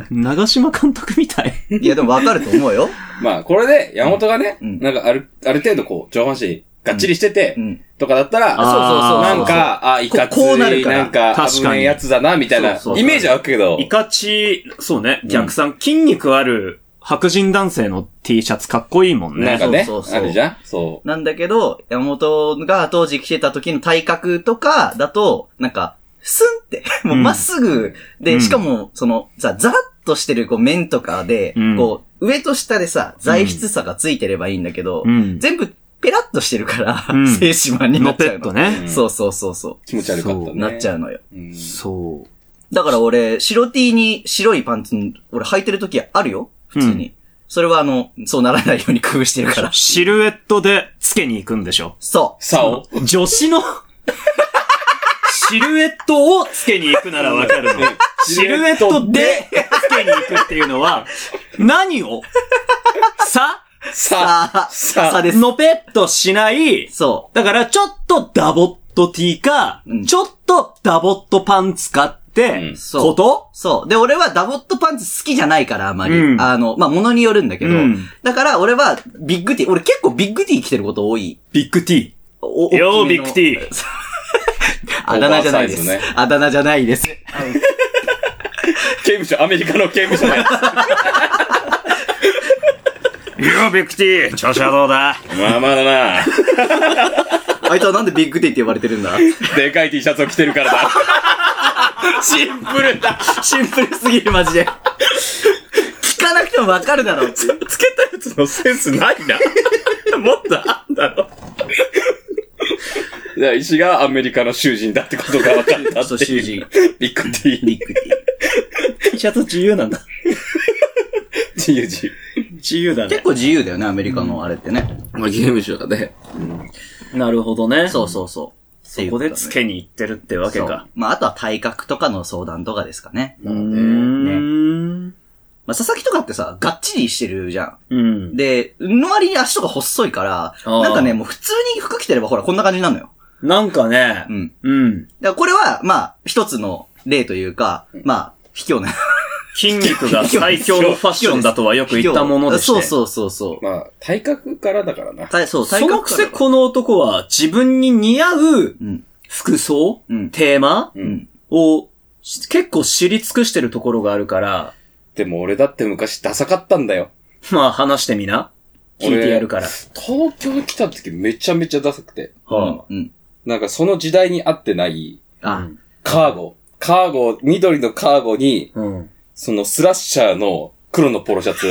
[SPEAKER 1] か長島監督みたい。
[SPEAKER 2] いや、でもわかると思うよ。
[SPEAKER 3] まあ、これで、山本がね、
[SPEAKER 2] うん
[SPEAKER 3] なんかある、ある程度こう、上半身、がっちりしてて、
[SPEAKER 2] うん。
[SPEAKER 3] とかだったら、
[SPEAKER 1] あー
[SPEAKER 3] なんか、あ、いかつ
[SPEAKER 2] こうなる
[SPEAKER 3] い、
[SPEAKER 2] から
[SPEAKER 3] なんか、
[SPEAKER 1] 確か
[SPEAKER 3] 危
[SPEAKER 1] に
[SPEAKER 3] ないやつだな、みたいな
[SPEAKER 2] そうそう、そう
[SPEAKER 3] イメージはあるけど、
[SPEAKER 1] イカチ、そうね、逆算、筋肉ある白人男性の T シャツかっこいいもん
[SPEAKER 3] な
[SPEAKER 1] ね。
[SPEAKER 3] んかね、
[SPEAKER 2] そうそうそう
[SPEAKER 3] あるじゃんそ
[SPEAKER 2] なんだけど、山本が当時着てた時の体格とかだと、なんか、スンって、もうまっすぐ、
[SPEAKER 1] う
[SPEAKER 2] で、
[SPEAKER 1] ん
[SPEAKER 2] しかも、その、さ、ザラッとしてる、こう、面とかで、
[SPEAKER 1] うん
[SPEAKER 2] こう、上と下でさ、材質差がついてればいいんだけど、
[SPEAKER 1] うん。
[SPEAKER 2] 全部、ペラッとしてるから、
[SPEAKER 1] うん
[SPEAKER 2] 静止版にな
[SPEAKER 1] の
[SPEAKER 2] っち
[SPEAKER 1] ぺ
[SPEAKER 2] ゃう
[SPEAKER 1] っ
[SPEAKER 2] の。
[SPEAKER 1] と
[SPEAKER 3] う。
[SPEAKER 1] ね。
[SPEAKER 3] うん
[SPEAKER 2] そうそうそうそう。
[SPEAKER 3] 気持ち悪かった
[SPEAKER 1] そ
[SPEAKER 3] ね。
[SPEAKER 2] なっちゃ
[SPEAKER 3] う
[SPEAKER 2] うのよ。
[SPEAKER 3] ん。
[SPEAKER 1] そう。
[SPEAKER 2] だから俺、白 T に白いパンツ、俺履いてる時あるよ普通に。それはあの、そうならないように工夫してる から。
[SPEAKER 1] シルエットでつけに行くんでしょ。
[SPEAKER 2] そ
[SPEAKER 3] さお。
[SPEAKER 1] 女子のシルエットをつけに行くならわかるの。シルエットでつけに行くっていうのは、何をさ、
[SPEAKER 2] う。
[SPEAKER 3] さ
[SPEAKER 2] さあ、
[SPEAKER 3] さ
[SPEAKER 2] さです。
[SPEAKER 1] のぺっとしない、
[SPEAKER 2] そ
[SPEAKER 1] だからちょっとダボット T か、
[SPEAKER 2] うん
[SPEAKER 1] ちょっとダボットパンツかって
[SPEAKER 3] うん、
[SPEAKER 2] そう
[SPEAKER 1] こと
[SPEAKER 2] う。、そう。で、俺はダボットパンツ好きじゃないから、あまり。
[SPEAKER 1] うん
[SPEAKER 2] あの、まあ、ものによるんだけど。
[SPEAKER 1] うん
[SPEAKER 2] だから、俺は、ビッグ T、俺結構ビッグ T 着てること多い。
[SPEAKER 1] ビッグ T。
[SPEAKER 2] お
[SPEAKER 1] よービッグ。
[SPEAKER 2] 大きめ
[SPEAKER 1] T。
[SPEAKER 2] のあだ名じゃないで
[SPEAKER 3] オー
[SPEAKER 2] す。
[SPEAKER 3] バーサイズね
[SPEAKER 2] あだ名じゃないです。
[SPEAKER 3] 刑務所、アメリカの刑務所のやつ。
[SPEAKER 1] よービッグ T。調子はどうだ
[SPEAKER 3] まあまあだな。
[SPEAKER 2] あいつはなんでビッグ T って呼ばれてるんだ
[SPEAKER 3] でかい T シャツを着てるからだ。シンプルだ。
[SPEAKER 2] シンプルすぎる、マジで。聞かなくてもわかるだろうっていう。
[SPEAKER 3] つけたやつのセンスない な。もっとあんだろ。じゃあ、石がアメリカの囚人だってことが分かったって
[SPEAKER 2] そ、
[SPEAKER 3] いうう。
[SPEAKER 2] 囚人。
[SPEAKER 3] ビッグ T、
[SPEAKER 2] ビッグ T。
[SPEAKER 1] T シャツ自由なんだ。
[SPEAKER 3] 自由人。
[SPEAKER 1] 自由だね
[SPEAKER 2] 結。構自由だよね、アメリカのあれってね。
[SPEAKER 3] まあ、刑務所だね。
[SPEAKER 1] なるほどね。
[SPEAKER 2] そうそうそう。
[SPEAKER 1] そこでつけに行ってるってわけ
[SPEAKER 2] そう
[SPEAKER 1] か。
[SPEAKER 2] まあ、あとは体格とかの相談とかですかね。
[SPEAKER 1] うーん。
[SPEAKER 2] まあ、佐々木とかってさ、がっちりしてるじゃ
[SPEAKER 1] うん
[SPEAKER 2] ん。。で、の割に足とか細いから、
[SPEAKER 1] あー
[SPEAKER 2] なんかね、もう普通に服着てればほら、こんな感じなのよ。
[SPEAKER 1] なんかね
[SPEAKER 2] う、ん。
[SPEAKER 1] うん。
[SPEAKER 2] だからこれは、まあ、一つの例というか、まあ、卑怯な。
[SPEAKER 1] 筋肉が最強のファッションだとはよく言ったものでして。
[SPEAKER 2] そうそうそうそう。
[SPEAKER 3] まあ、体格からだからな。
[SPEAKER 2] 体そう、体
[SPEAKER 1] そ
[SPEAKER 2] 格
[SPEAKER 1] のくせ
[SPEAKER 2] から
[SPEAKER 1] この男は自分に似合う
[SPEAKER 2] うん。
[SPEAKER 1] 服装、
[SPEAKER 2] うん
[SPEAKER 1] テーマ
[SPEAKER 3] う。
[SPEAKER 2] うんん。
[SPEAKER 1] をし結構知り尽くしてるところがあるから、
[SPEAKER 3] でも俺だって昔ダサかったんだよ。
[SPEAKER 1] まあ話してみな。聞いてやるから。
[SPEAKER 3] 東京来た時めちゃめちゃダサくて。
[SPEAKER 1] は
[SPEAKER 2] うん。
[SPEAKER 3] なんかその時代に合ってない
[SPEAKER 2] あ、
[SPEAKER 3] カーゴ。カーゴ、緑のカーゴに、
[SPEAKER 1] あうん。
[SPEAKER 3] そのスラッシャーの黒のポロシャツ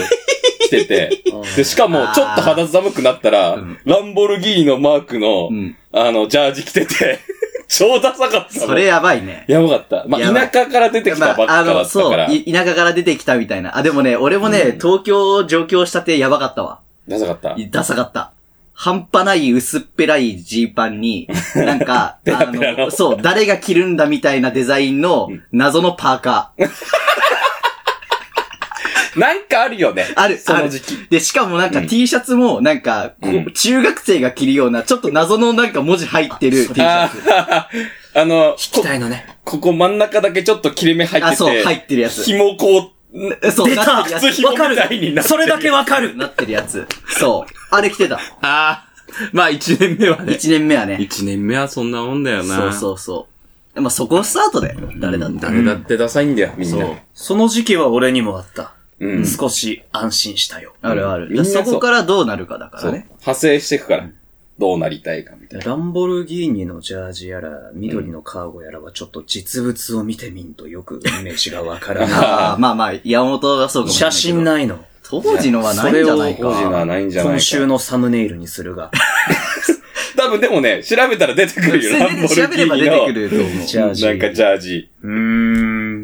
[SPEAKER 3] 着 てて。で、しかもちょっと肌寒くなったら
[SPEAKER 2] うん、
[SPEAKER 3] ランボルギーニのマークの
[SPEAKER 2] う、ん。
[SPEAKER 3] あの、ジャージ着てて、 超ダサかったの。
[SPEAKER 2] それやばいね。
[SPEAKER 3] やばかった。ま
[SPEAKER 2] やば
[SPEAKER 3] あ、
[SPEAKER 2] い
[SPEAKER 3] 田舎から出てきたばっかだっ
[SPEAKER 2] ま
[SPEAKER 3] たか
[SPEAKER 2] ああ
[SPEAKER 3] ら
[SPEAKER 2] の、そう、。い田舎から出てきたみたいな。あ、でもね、俺もね、
[SPEAKER 3] うん
[SPEAKER 2] 東京上京したてやばかったわ。
[SPEAKER 3] ダサかった。
[SPEAKER 2] ダサかった。半端ない薄っぺらいジーパン に、なんか、
[SPEAKER 3] ペラペラの
[SPEAKER 2] そう、誰が着るんだみたいなデザインの謎のパーカー。
[SPEAKER 3] なんかあるよね。
[SPEAKER 2] ある、
[SPEAKER 3] そ
[SPEAKER 2] あ
[SPEAKER 3] の
[SPEAKER 2] る
[SPEAKER 3] 時期。
[SPEAKER 2] で、しかもなんか
[SPEAKER 3] うん
[SPEAKER 2] T シャツも、なんか、こう
[SPEAKER 3] うん
[SPEAKER 2] 中学生が着るような、ちょっと謎のなんか文字入ってる T シャ
[SPEAKER 3] あ
[SPEAKER 2] ツ。
[SPEAKER 3] あの、こ
[SPEAKER 1] たいのね。
[SPEAKER 3] ここ真ん中だけちょっと切れ目入って
[SPEAKER 2] あ、
[SPEAKER 3] て、
[SPEAKER 2] そう、入ってるやつ。
[SPEAKER 3] 紐こう、
[SPEAKER 2] えそう、
[SPEAKER 1] 出た
[SPEAKER 2] なってるや
[SPEAKER 3] 靴紐みたいになってる。
[SPEAKER 1] それだけわか
[SPEAKER 2] つ。
[SPEAKER 1] る。
[SPEAKER 2] なってるやつ。そう。あれ着てた。
[SPEAKER 4] ああ。まあ、一年目はね。
[SPEAKER 2] 1年目はね。
[SPEAKER 4] 一年目はそんなもんだよな。
[SPEAKER 2] そうそうそう。まあ、そこスタートだよ。誰だって。
[SPEAKER 3] 誰だってダサいんだよ、みんな。
[SPEAKER 1] その時期は俺にもあった。
[SPEAKER 3] うん。そ
[SPEAKER 1] 少し安心したよ。
[SPEAKER 2] あるあ
[SPEAKER 3] うん
[SPEAKER 2] る。
[SPEAKER 3] みんなそ
[SPEAKER 2] そうこからどうなるかだか
[SPEAKER 3] う。
[SPEAKER 2] らね。
[SPEAKER 3] 派生していくから。どうなりたいかみたいな。
[SPEAKER 1] ランボルギーニのジャージやら、緑のカーゴやらはちょっと実物を見てみんとよくイメージがわから な
[SPEAKER 2] ああ、まあまあ、山本はそうか
[SPEAKER 1] い。
[SPEAKER 2] もしれ
[SPEAKER 1] 写
[SPEAKER 2] ないけ
[SPEAKER 1] 真ない
[SPEAKER 2] ど。
[SPEAKER 1] の。
[SPEAKER 2] 当時のはないんじゃない
[SPEAKER 3] 当時のは
[SPEAKER 2] か。
[SPEAKER 3] ないんじゃないか。
[SPEAKER 1] 今週のサムネイルにするが、
[SPEAKER 3] 多分でもね、調べたら出てく
[SPEAKER 2] 普
[SPEAKER 3] る よ。ランボ
[SPEAKER 2] 通に調
[SPEAKER 3] ル
[SPEAKER 2] べれば
[SPEAKER 3] ギ
[SPEAKER 2] 出て
[SPEAKER 3] ー
[SPEAKER 2] く
[SPEAKER 3] ニ
[SPEAKER 2] る
[SPEAKER 3] の。
[SPEAKER 2] と思う。
[SPEAKER 1] ジャージ。
[SPEAKER 3] なんかジャージ。
[SPEAKER 1] うー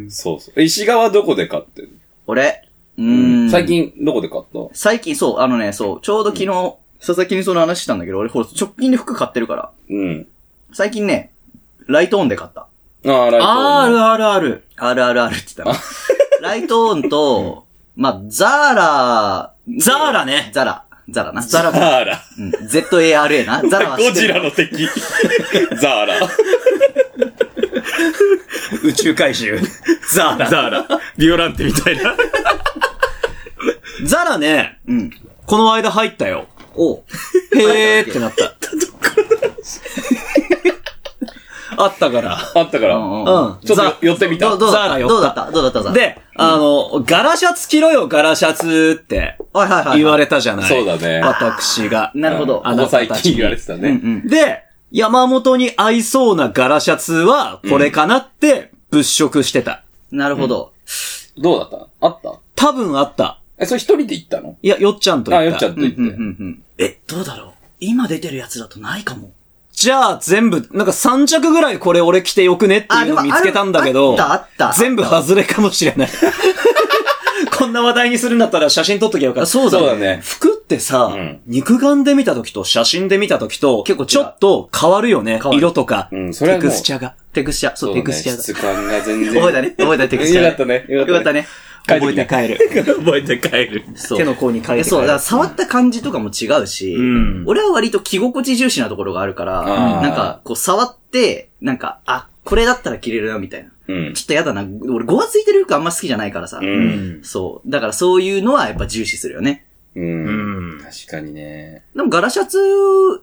[SPEAKER 1] ん。
[SPEAKER 3] そうそう。石川どこで買ってる
[SPEAKER 2] 俺、うーん。
[SPEAKER 3] 最。近どこで買った
[SPEAKER 2] 最近そう、あのね、そう、ちょうど昨日、佐々木にその話したんだけど、俺ほら、直近で服買ってるから。
[SPEAKER 3] うん。
[SPEAKER 2] 最近ね、ライトオンで買った。
[SPEAKER 3] ああ、ライトオン。
[SPEAKER 1] あるあるある。
[SPEAKER 2] RRR って言ったら。 ライトオンと、まあ、ザーラ
[SPEAKER 1] ザーラね。
[SPEAKER 2] ザラ。ザラな。
[SPEAKER 1] ザラ。
[SPEAKER 3] ザ ーラ。
[SPEAKER 2] うん ZARA な。ザラは知
[SPEAKER 3] ゴ
[SPEAKER 2] って
[SPEAKER 3] ジ
[SPEAKER 2] る
[SPEAKER 3] ラの敵。 ザーラ。
[SPEAKER 1] 宇宙回収。ザーラ。
[SPEAKER 4] ザーラ。ビオランテみたいな。
[SPEAKER 1] ザラね、
[SPEAKER 2] うん。
[SPEAKER 1] この間入ったよ。
[SPEAKER 2] おう
[SPEAKER 1] へーってなった。あったから。
[SPEAKER 3] あったから。
[SPEAKER 2] うんうん
[SPEAKER 1] うん。
[SPEAKER 3] ちょっ
[SPEAKER 1] ザ
[SPEAKER 3] と寄ってみ
[SPEAKER 2] ど
[SPEAKER 3] た
[SPEAKER 2] う。どう
[SPEAKER 1] ザー
[SPEAKER 2] だった
[SPEAKER 1] ラよ
[SPEAKER 2] どうだったどうだったザラ。
[SPEAKER 1] で、あの、ガラシャツ着ろよ、ガラシャツって
[SPEAKER 2] はいはいはい。
[SPEAKER 1] 言われたじゃない。
[SPEAKER 3] そうだね
[SPEAKER 1] 私が。
[SPEAKER 2] なるほど。
[SPEAKER 1] あ
[SPEAKER 3] ここ最近言われてた
[SPEAKER 2] うんう
[SPEAKER 3] ね。
[SPEAKER 2] ん。
[SPEAKER 1] で、山本に合いそうなガラシャツは、これかなって物色してた。
[SPEAKER 2] なるほど。
[SPEAKER 3] どうだったあった
[SPEAKER 1] 多分あった。
[SPEAKER 3] え、それ一人で行ったの
[SPEAKER 1] いや、よっちゃんと言
[SPEAKER 3] あ、
[SPEAKER 1] った。
[SPEAKER 3] よっちゃんと
[SPEAKER 2] うんう
[SPEAKER 3] 行
[SPEAKER 2] ん
[SPEAKER 3] っ
[SPEAKER 2] うんう
[SPEAKER 3] て。
[SPEAKER 2] ん。え、どうだろう今出てるやつだとないかも。
[SPEAKER 1] じゃあ、全部、なんか3着ぐらいこれ俺着てよくねっていうの
[SPEAKER 2] あで
[SPEAKER 1] 見
[SPEAKER 2] も
[SPEAKER 1] つけたんだけど、
[SPEAKER 2] あるあったあった
[SPEAKER 1] 全部外れかもしれない。 こんな話題にするんだったら写真撮っときゃよかった。
[SPEAKER 2] そう
[SPEAKER 3] だねそうだね
[SPEAKER 1] 服ってさ、
[SPEAKER 3] うん
[SPEAKER 1] 肉眼で見た時と写真で見た時と、
[SPEAKER 2] 結構違う
[SPEAKER 1] ちょっと変わるよね。
[SPEAKER 2] わる
[SPEAKER 1] 色とか、
[SPEAKER 3] うんそれは
[SPEAKER 1] テ
[SPEAKER 3] もう
[SPEAKER 1] クスチャが。
[SPEAKER 2] テクスチャ。そう、
[SPEAKER 3] そう
[SPEAKER 2] テ
[SPEAKER 3] だね
[SPEAKER 2] クスチャ
[SPEAKER 3] 質
[SPEAKER 2] だ。
[SPEAKER 3] 感が全 然。
[SPEAKER 2] 覚えたね。覚えたね、テクスチャ。
[SPEAKER 3] よかったね
[SPEAKER 2] よ
[SPEAKER 3] よ
[SPEAKER 2] か
[SPEAKER 3] か
[SPEAKER 2] っ
[SPEAKER 3] ったた
[SPEAKER 2] ね。
[SPEAKER 1] 覚えて帰る。
[SPEAKER 4] 覚えて帰 る。
[SPEAKER 2] そう
[SPEAKER 1] 手の甲に変えて帰る。
[SPEAKER 2] そう、だから触った感じとかも違うし、
[SPEAKER 1] ん
[SPEAKER 2] 俺は割と着心地重視なところがあるから、
[SPEAKER 3] あー
[SPEAKER 2] なんか、こう触って、なんか、あ、これだったら着れるな、みたいな。
[SPEAKER 3] うん。
[SPEAKER 2] ちょっとやだな。俺、ごわついてる服あんま好きじゃないからさ。
[SPEAKER 3] う。
[SPEAKER 1] うんん。
[SPEAKER 2] そう。だからそういうのはやっぱ重視するよね。
[SPEAKER 3] うん。
[SPEAKER 1] ん。
[SPEAKER 3] 確かにね。
[SPEAKER 2] でもガラシャツ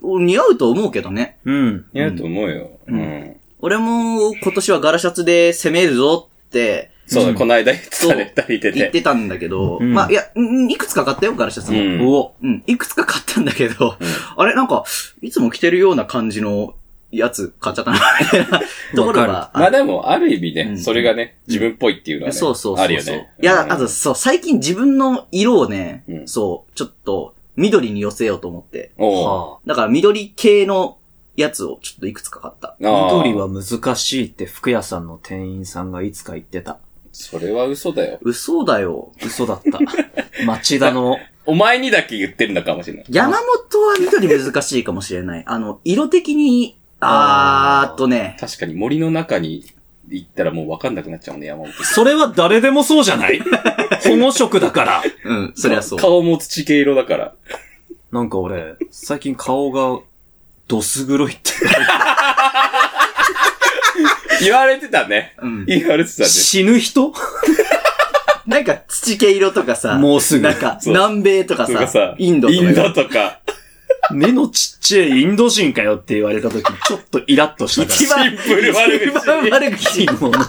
[SPEAKER 2] 似合うと思うけどね。
[SPEAKER 1] うん。
[SPEAKER 3] 似合うと思うよ。
[SPEAKER 2] うん
[SPEAKER 3] うん。
[SPEAKER 2] 俺も今年はガラシャツで攻めるぞって
[SPEAKER 3] そうだ、この間言って
[SPEAKER 2] そう
[SPEAKER 3] たね、二人で
[SPEAKER 2] 言っ
[SPEAKER 3] ね。
[SPEAKER 2] てたんだけど、
[SPEAKER 1] うん
[SPEAKER 2] まあ、いや、うんいくつか買ったよ、ガラシャツ
[SPEAKER 3] う
[SPEAKER 2] も。
[SPEAKER 3] ん。
[SPEAKER 1] お
[SPEAKER 2] うん、いくつか買ったんだけど、 あれ、なんか、いつも着てるような感じのやつ買っちゃったな、みたいなところが。
[SPEAKER 3] まあ
[SPEAKER 2] あ
[SPEAKER 3] でも、ある意味
[SPEAKER 2] う
[SPEAKER 3] ね、
[SPEAKER 2] ん
[SPEAKER 3] それがね、自分っぽいっていうのはね、
[SPEAKER 2] そうそうそうそう。
[SPEAKER 3] あるよね。
[SPEAKER 2] いや、
[SPEAKER 3] うん
[SPEAKER 2] あと、そう、最近自分の色をね、
[SPEAKER 3] うん
[SPEAKER 2] そう、ちょっと、緑に寄せようと思って。
[SPEAKER 3] おう
[SPEAKER 1] は
[SPEAKER 2] だから、緑系のやつをちょっといくつか買った。
[SPEAKER 1] あ、
[SPEAKER 3] あー
[SPEAKER 1] 緑は難しいって服屋さんの店員さんがいつか言ってた。
[SPEAKER 3] それは嘘だよ。
[SPEAKER 2] 嘘だよ。
[SPEAKER 1] 嘘だった。町田の。
[SPEAKER 3] お前にだけ言ってるのかもしれない。
[SPEAKER 2] 山本は緑難しいかもしれない。あの、色的に、あーっとね、
[SPEAKER 3] 確かに森の中に行ったらもう分かんなくなっちゃうね、山本。
[SPEAKER 1] それは誰でもそうじゃない保護色だから。
[SPEAKER 2] うん、そりゃそう。
[SPEAKER 3] 顔も土系色だから。
[SPEAKER 1] なんか俺、最近顔が、どす黒いって。
[SPEAKER 3] 言われてたね。
[SPEAKER 2] うん
[SPEAKER 3] 言われてたね。
[SPEAKER 1] 死ぬ人
[SPEAKER 2] なんか土系色とかさ、
[SPEAKER 1] もうすぐ
[SPEAKER 2] なんか
[SPEAKER 3] そう
[SPEAKER 2] 南米とか
[SPEAKER 3] と
[SPEAKER 2] さ、
[SPEAKER 3] かさ、
[SPEAKER 2] インドとか
[SPEAKER 3] インドとか。
[SPEAKER 1] 目のちっちゃいインド人かよって言われた時、ちょっとイラッとした
[SPEAKER 3] 一
[SPEAKER 1] か
[SPEAKER 3] 番シンプル悪
[SPEAKER 2] 一番
[SPEAKER 3] 口。
[SPEAKER 2] 悪口。
[SPEAKER 1] ら。昨日の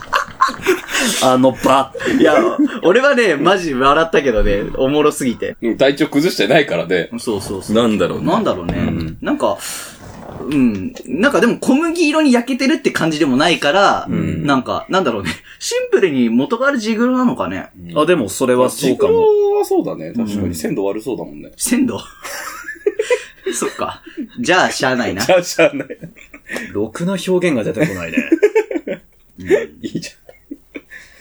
[SPEAKER 1] あの場。
[SPEAKER 2] いや、俺はね、マジ笑ったけどね、おもろすぎて。
[SPEAKER 3] うん体調崩してないからね。
[SPEAKER 2] そうそうそう。
[SPEAKER 3] なんだろう
[SPEAKER 2] なんだろうね。
[SPEAKER 3] うん
[SPEAKER 2] なんか、うん。なんかでも小麦色に焼けてるって感じでもないから、
[SPEAKER 3] ん
[SPEAKER 2] なんか、なんだろうね。シンプルに元があるジグロなのかね。
[SPEAKER 1] あ、でもそれはそうか
[SPEAKER 3] ジグ
[SPEAKER 1] も。
[SPEAKER 3] ロはそうだね。確か
[SPEAKER 2] うん
[SPEAKER 3] に鮮度悪そうだもんね。
[SPEAKER 2] 鮮度。 そっか。じゃあ、しゃあないな
[SPEAKER 3] じ。ゃあ、しゃあない。
[SPEAKER 1] ろくな表現が出てこない ね。
[SPEAKER 3] いいじ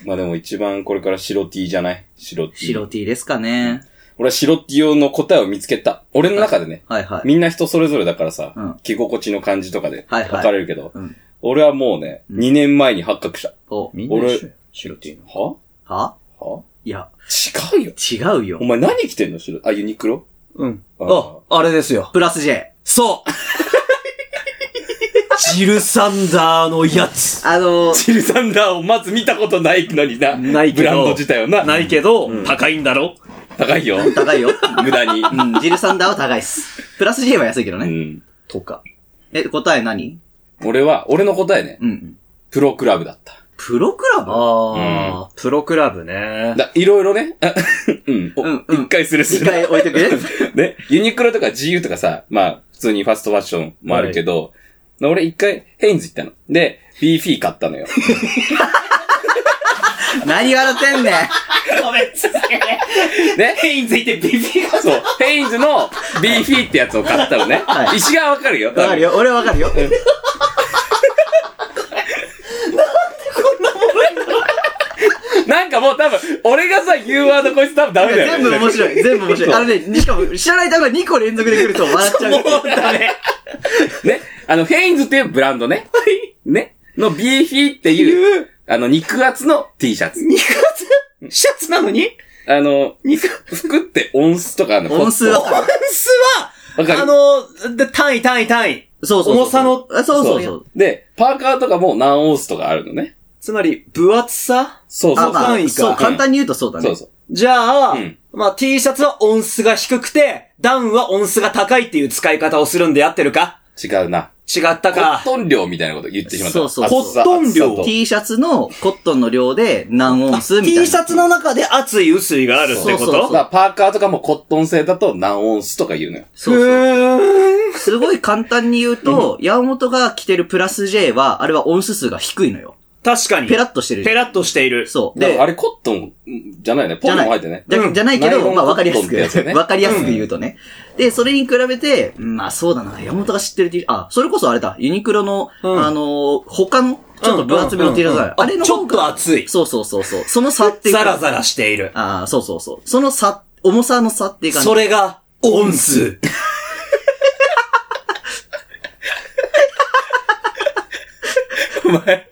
[SPEAKER 3] ゃん。まあでも一番これから白 T じゃない白 T。
[SPEAKER 2] 白 T ですかね。
[SPEAKER 3] 俺は白 T 用の答えを見つけた。俺の中でね。
[SPEAKER 2] はいはい。
[SPEAKER 3] みんな人それぞれだからさ、
[SPEAKER 2] うん
[SPEAKER 3] 着心地の感じとかで
[SPEAKER 2] はい
[SPEAKER 3] 分
[SPEAKER 2] はい
[SPEAKER 3] かれるけど、
[SPEAKER 2] うん。
[SPEAKER 3] 俺はもうね、
[SPEAKER 2] ん
[SPEAKER 3] 2年前に発覚した。
[SPEAKER 2] お、
[SPEAKER 1] みんな一緒や白 T の。
[SPEAKER 3] は
[SPEAKER 2] は
[SPEAKER 3] はい
[SPEAKER 2] や、
[SPEAKER 3] 違うよ。
[SPEAKER 2] 違うよ
[SPEAKER 3] お。前何着てんの白あ、ユニクロ
[SPEAKER 1] うん。
[SPEAKER 3] あ
[SPEAKER 1] あ、あれですよ。
[SPEAKER 2] プラス J。
[SPEAKER 1] そうジルサンダーのやつ。
[SPEAKER 2] あのー、
[SPEAKER 3] チルサンダーをまず見たことないのにな。
[SPEAKER 1] ないけど
[SPEAKER 3] ブランド自体はな。
[SPEAKER 1] ないけど、
[SPEAKER 3] うん
[SPEAKER 1] 高いんだろ
[SPEAKER 3] 高いよ。
[SPEAKER 2] 高 いよ。
[SPEAKER 3] 無駄 に。
[SPEAKER 2] うん、ジルサンダーは高いっす。プラス J は安いけど
[SPEAKER 3] う
[SPEAKER 2] ね。
[SPEAKER 3] ん。
[SPEAKER 1] とか。
[SPEAKER 2] え、答え何
[SPEAKER 3] 俺は、俺の答えね、
[SPEAKER 2] うん。
[SPEAKER 3] プロクラブだった。
[SPEAKER 2] プロクラブ
[SPEAKER 1] ああ、プロクラブね。
[SPEAKER 3] だいろいろね、 あうん、お
[SPEAKER 2] うん
[SPEAKER 3] 一、
[SPEAKER 2] うん
[SPEAKER 3] 回するす
[SPEAKER 2] 一
[SPEAKER 3] る。
[SPEAKER 2] 回置いとくね。
[SPEAKER 3] ね、ユニクロとか GU とかさ、まあ、普通にファストファッションもあるけど、俺一回ヘインズ行ったの。で、BF 買ったのよ。
[SPEAKER 2] 何笑ってんねん。
[SPEAKER 1] ごめん、すげ
[SPEAKER 3] ね
[SPEAKER 1] え。インついてビビが
[SPEAKER 3] そう、ヘインズの BF ってやつを買ったのね。
[SPEAKER 2] はい
[SPEAKER 3] 石川わかるよ。
[SPEAKER 2] わかるよ。俺わかるよ。
[SPEAKER 3] なんかもう多分、俺がさ、言うワードこいつ多分ダメだよ
[SPEAKER 2] 全
[SPEAKER 3] ね。
[SPEAKER 2] 部面白い。全部面白い。
[SPEAKER 3] そう
[SPEAKER 2] あのね、しかも知らない単語が2個連続で来ると笑っちゃう。
[SPEAKER 1] もうダメ。
[SPEAKER 3] ね、あの、ヘインズっていうブランドね。ね、の BF っていう、あの、肉厚の T シャツ。
[SPEAKER 1] シャツなのに
[SPEAKER 3] あの、
[SPEAKER 1] 肉
[SPEAKER 3] 服って音数とかあるの
[SPEAKER 2] 音数
[SPEAKER 3] わ
[SPEAKER 2] は
[SPEAKER 3] か
[SPEAKER 1] パンス
[SPEAKER 3] る
[SPEAKER 1] は、あの、で単位単位単位。
[SPEAKER 2] そうそうそう。
[SPEAKER 1] 重さの
[SPEAKER 2] あそうそうそう。
[SPEAKER 3] で、パーカーとかも何オースとかあるのね。
[SPEAKER 1] つまり、分厚さ
[SPEAKER 3] そう
[SPEAKER 2] あ
[SPEAKER 3] そう
[SPEAKER 2] ま
[SPEAKER 3] そ
[SPEAKER 2] あ
[SPEAKER 1] 単位か
[SPEAKER 2] そう、簡単に言うとそうだ
[SPEAKER 3] う。
[SPEAKER 2] ね。
[SPEAKER 3] そうそう。
[SPEAKER 1] じゃあ、
[SPEAKER 3] うん
[SPEAKER 1] まあ T シャツは音数が低くて、ダウンは音数が高いっていう使い方をするんでやってるか
[SPEAKER 3] 違うな。
[SPEAKER 1] 違った
[SPEAKER 3] コ
[SPEAKER 1] か
[SPEAKER 3] ッ。トン量みたいなこと言ってしまった。
[SPEAKER 2] そうそう
[SPEAKER 3] 厚さ
[SPEAKER 1] コットン量
[SPEAKER 3] 厚さと
[SPEAKER 2] T シャツのコットンの量で何オンスみたいな。
[SPEAKER 1] T シャツの中で熱い薄いがあるってこと
[SPEAKER 2] そうそうそう
[SPEAKER 3] だからパーカーとかもコットン製だと何オンスとか言うのよ。
[SPEAKER 2] そうそう。
[SPEAKER 1] うーん
[SPEAKER 2] すごい簡単に言うと、山本が着てるプラス J は、あれは音数数が低いのよ。
[SPEAKER 1] 確かに。
[SPEAKER 2] ペラッとしてる
[SPEAKER 1] ペ。ラッとしている。
[SPEAKER 2] そう。
[SPEAKER 3] で、
[SPEAKER 2] で、
[SPEAKER 3] あれコットンじゃないね。ポ
[SPEAKER 2] じゃ
[SPEAKER 3] ンも
[SPEAKER 2] な
[SPEAKER 3] 入っ
[SPEAKER 2] い。
[SPEAKER 3] てね。
[SPEAKER 2] じゃ
[SPEAKER 1] うん
[SPEAKER 2] じゃないけ
[SPEAKER 3] ナイロ
[SPEAKER 2] ど、
[SPEAKER 3] ン
[SPEAKER 2] まあわかりやす
[SPEAKER 3] コットンってやつよ
[SPEAKER 2] く、
[SPEAKER 3] ね
[SPEAKER 2] わかりやすく言うとね。で、それに比べて、まあそうだな、山本が知ってる T あ、それこそあれだ、ユニクロの、
[SPEAKER 1] うん
[SPEAKER 2] あのー、他の、ちょっと分厚めの T シャツ
[SPEAKER 1] うんうんうん
[SPEAKER 2] があるあれの
[SPEAKER 1] ち
[SPEAKER 2] 方
[SPEAKER 1] ょっと
[SPEAKER 2] が、
[SPEAKER 1] 熱い。
[SPEAKER 2] そうそうそうそう。その差っていうか
[SPEAKER 1] ザラザラしている。
[SPEAKER 2] ああ、そうそうそう。その差、重さの差っていう感じ。
[SPEAKER 1] それが、音数。
[SPEAKER 3] お前、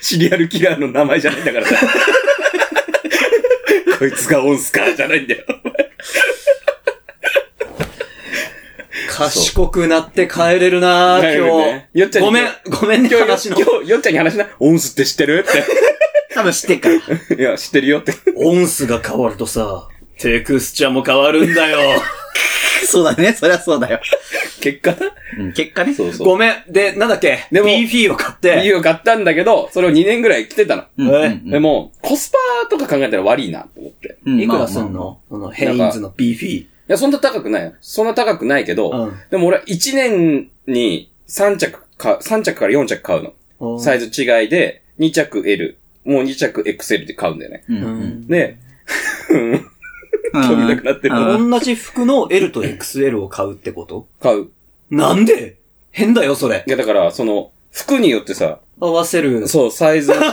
[SPEAKER 3] シリアルキラーの名前じゃないん だからさ。こいつがオンスかじゃないんだよ。
[SPEAKER 1] 賢くなって帰れるな
[SPEAKER 3] 帰れる
[SPEAKER 1] ぁ
[SPEAKER 3] ね、よ
[SPEAKER 1] 今
[SPEAKER 3] っちゃ
[SPEAKER 1] 日。
[SPEAKER 3] ん
[SPEAKER 1] ごめん、ごめんね、
[SPEAKER 3] 今
[SPEAKER 1] 話
[SPEAKER 3] 日、
[SPEAKER 1] の。
[SPEAKER 3] 今日、よっちゃんに話しな。オンスって知ってるっ
[SPEAKER 2] 多分知ってっから。
[SPEAKER 3] て。 いや、知ってるよって。
[SPEAKER 1] 音数が変わるとさ、テクスチャも変わるんだよ。
[SPEAKER 2] そうだね。そりゃそうだよ。
[SPEAKER 3] 結果な
[SPEAKER 2] うん、結果ね。
[SPEAKER 3] そうそう。
[SPEAKER 1] ごめん。で、なんだっけ
[SPEAKER 3] でも
[SPEAKER 1] ?BF を買って。
[SPEAKER 3] 家を買ったんだけど、それを2年ぐらい着てたの。
[SPEAKER 2] うん。
[SPEAKER 1] え
[SPEAKER 2] うん
[SPEAKER 3] でも、コスパとか考えたら悪いなと思って。
[SPEAKER 2] うん
[SPEAKER 1] いくらすん
[SPEAKER 2] まあまあまあ
[SPEAKER 1] のこのヘインズの BF。
[SPEAKER 3] いや、そんな高くないよ。そんな高くないけど、
[SPEAKER 1] うん
[SPEAKER 3] でも俺は1年に3着か、3着から4着買うの。サイズ違いで、2着 L、もう2着 XL で買うんだよね。
[SPEAKER 2] うん
[SPEAKER 1] う
[SPEAKER 2] うん。
[SPEAKER 1] ん。
[SPEAKER 3] で、
[SPEAKER 2] 興
[SPEAKER 3] 興味なくなってる
[SPEAKER 1] 同じ服の L と XL を買うってこと
[SPEAKER 3] 買う。
[SPEAKER 1] なんで変だよ、それ
[SPEAKER 3] い。や、だから、その、服によってさ、
[SPEAKER 1] 合わせる。
[SPEAKER 3] そう、サイ ズ。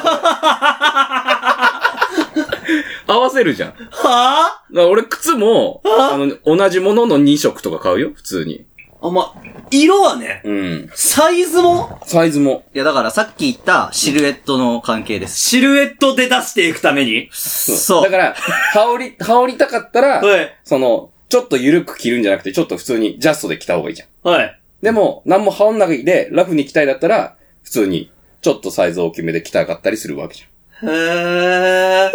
[SPEAKER 3] 合わせるじゃん。だか
[SPEAKER 1] は
[SPEAKER 3] ら俺、靴も、
[SPEAKER 1] あ
[SPEAKER 3] あの、同じものの2色とか買うよ、普通に。
[SPEAKER 1] ぁあ、ま、色はね、
[SPEAKER 3] うん。
[SPEAKER 1] サイズも
[SPEAKER 3] サイズも。
[SPEAKER 2] いや、だからさっき言ったシルエットの関係です。
[SPEAKER 1] シルエットで出していくために。
[SPEAKER 2] そう。
[SPEAKER 3] だから、羽織り、 羽織りたかったら、
[SPEAKER 1] はい。
[SPEAKER 3] その、ちょっと緩く着るんじゃなくて、ちょっと普通にジャストで着た方がいいじゃん。
[SPEAKER 1] はい。
[SPEAKER 3] でも、何も羽織んないで、ラフに着たいだったら、普通に、ちょっとサイズ大きめで着たかったりするわけじ
[SPEAKER 1] へ ー。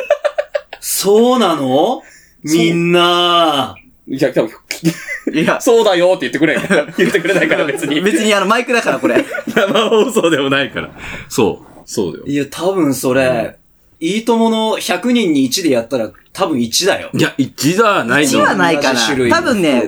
[SPEAKER 1] そうなのみんな
[SPEAKER 3] ゃん。いや、多分、
[SPEAKER 2] いや、
[SPEAKER 3] そうだよって言ってくれないから。言ってくれないから別に。
[SPEAKER 2] 別にあのマイクだからこれ。
[SPEAKER 3] 生放送でもないから。そう。そうだよ。
[SPEAKER 1] いや、多分それ、いいともの100人に1でやったら多分1だよ。
[SPEAKER 4] いや、1だはない
[SPEAKER 2] 1
[SPEAKER 4] の。
[SPEAKER 2] はないかな
[SPEAKER 1] 同じ種類。の
[SPEAKER 2] 多分ね、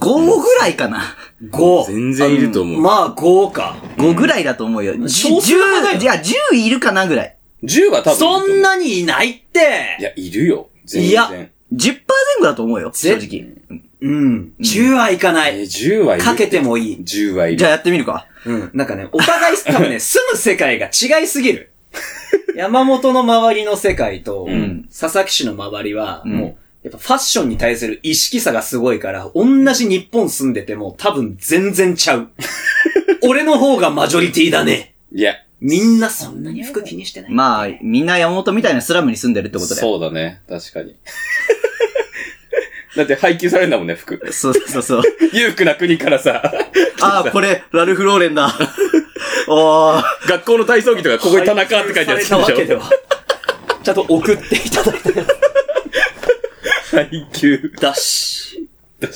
[SPEAKER 2] 5ぐらいかな。
[SPEAKER 1] 5。
[SPEAKER 4] 全然いると思う。
[SPEAKER 1] まあ5か。
[SPEAKER 2] 5ぐらいだと思うよ。
[SPEAKER 1] 少数派だよ
[SPEAKER 2] 10、いや、10いるかなぐらい。
[SPEAKER 3] 10は多分。
[SPEAKER 1] そん。なにいないっ
[SPEAKER 3] い
[SPEAKER 1] て
[SPEAKER 3] や、いるよ。全然。
[SPEAKER 1] いや
[SPEAKER 2] 10%前後だと思うよ、正
[SPEAKER 1] ぜ
[SPEAKER 2] 直。
[SPEAKER 1] うん。10はいかな
[SPEAKER 3] えー、
[SPEAKER 1] い。
[SPEAKER 3] 10はいる。
[SPEAKER 1] かけてもいい。
[SPEAKER 3] 10はいる。
[SPEAKER 2] じゃあやってみるか。
[SPEAKER 1] うん。なんかね、お互い、多 分ね、住む世界が違いすぎる。 山本の周りの世界と、
[SPEAKER 3] ん
[SPEAKER 1] 佐々木氏の周りは、
[SPEAKER 2] ん
[SPEAKER 1] もう、やっぱファッションに対する意識差がすごいから、同じ日本住んでても多分全然ちゃ う。俺の方がマジョリティだね。
[SPEAKER 3] いや、
[SPEAKER 1] みんなそんなに服気にしてない。
[SPEAKER 2] まあ、みんな山本みたいなスラムに住んでるってことで。
[SPEAKER 3] そうだね。確かに。 だって配給されるんだもんね、服。
[SPEAKER 2] そうそうそう。
[SPEAKER 3] 裕福な国からさ、
[SPEAKER 2] あー、これ、ラルフローレンだ。 おー。
[SPEAKER 3] 学校の体操着とか、ここに田中って書いてあるやつ
[SPEAKER 1] されたわけ
[SPEAKER 3] でし
[SPEAKER 1] で
[SPEAKER 3] ょ。
[SPEAKER 1] は。 ちゃんと送っていただいた
[SPEAKER 3] 配給。
[SPEAKER 1] だし。
[SPEAKER 2] う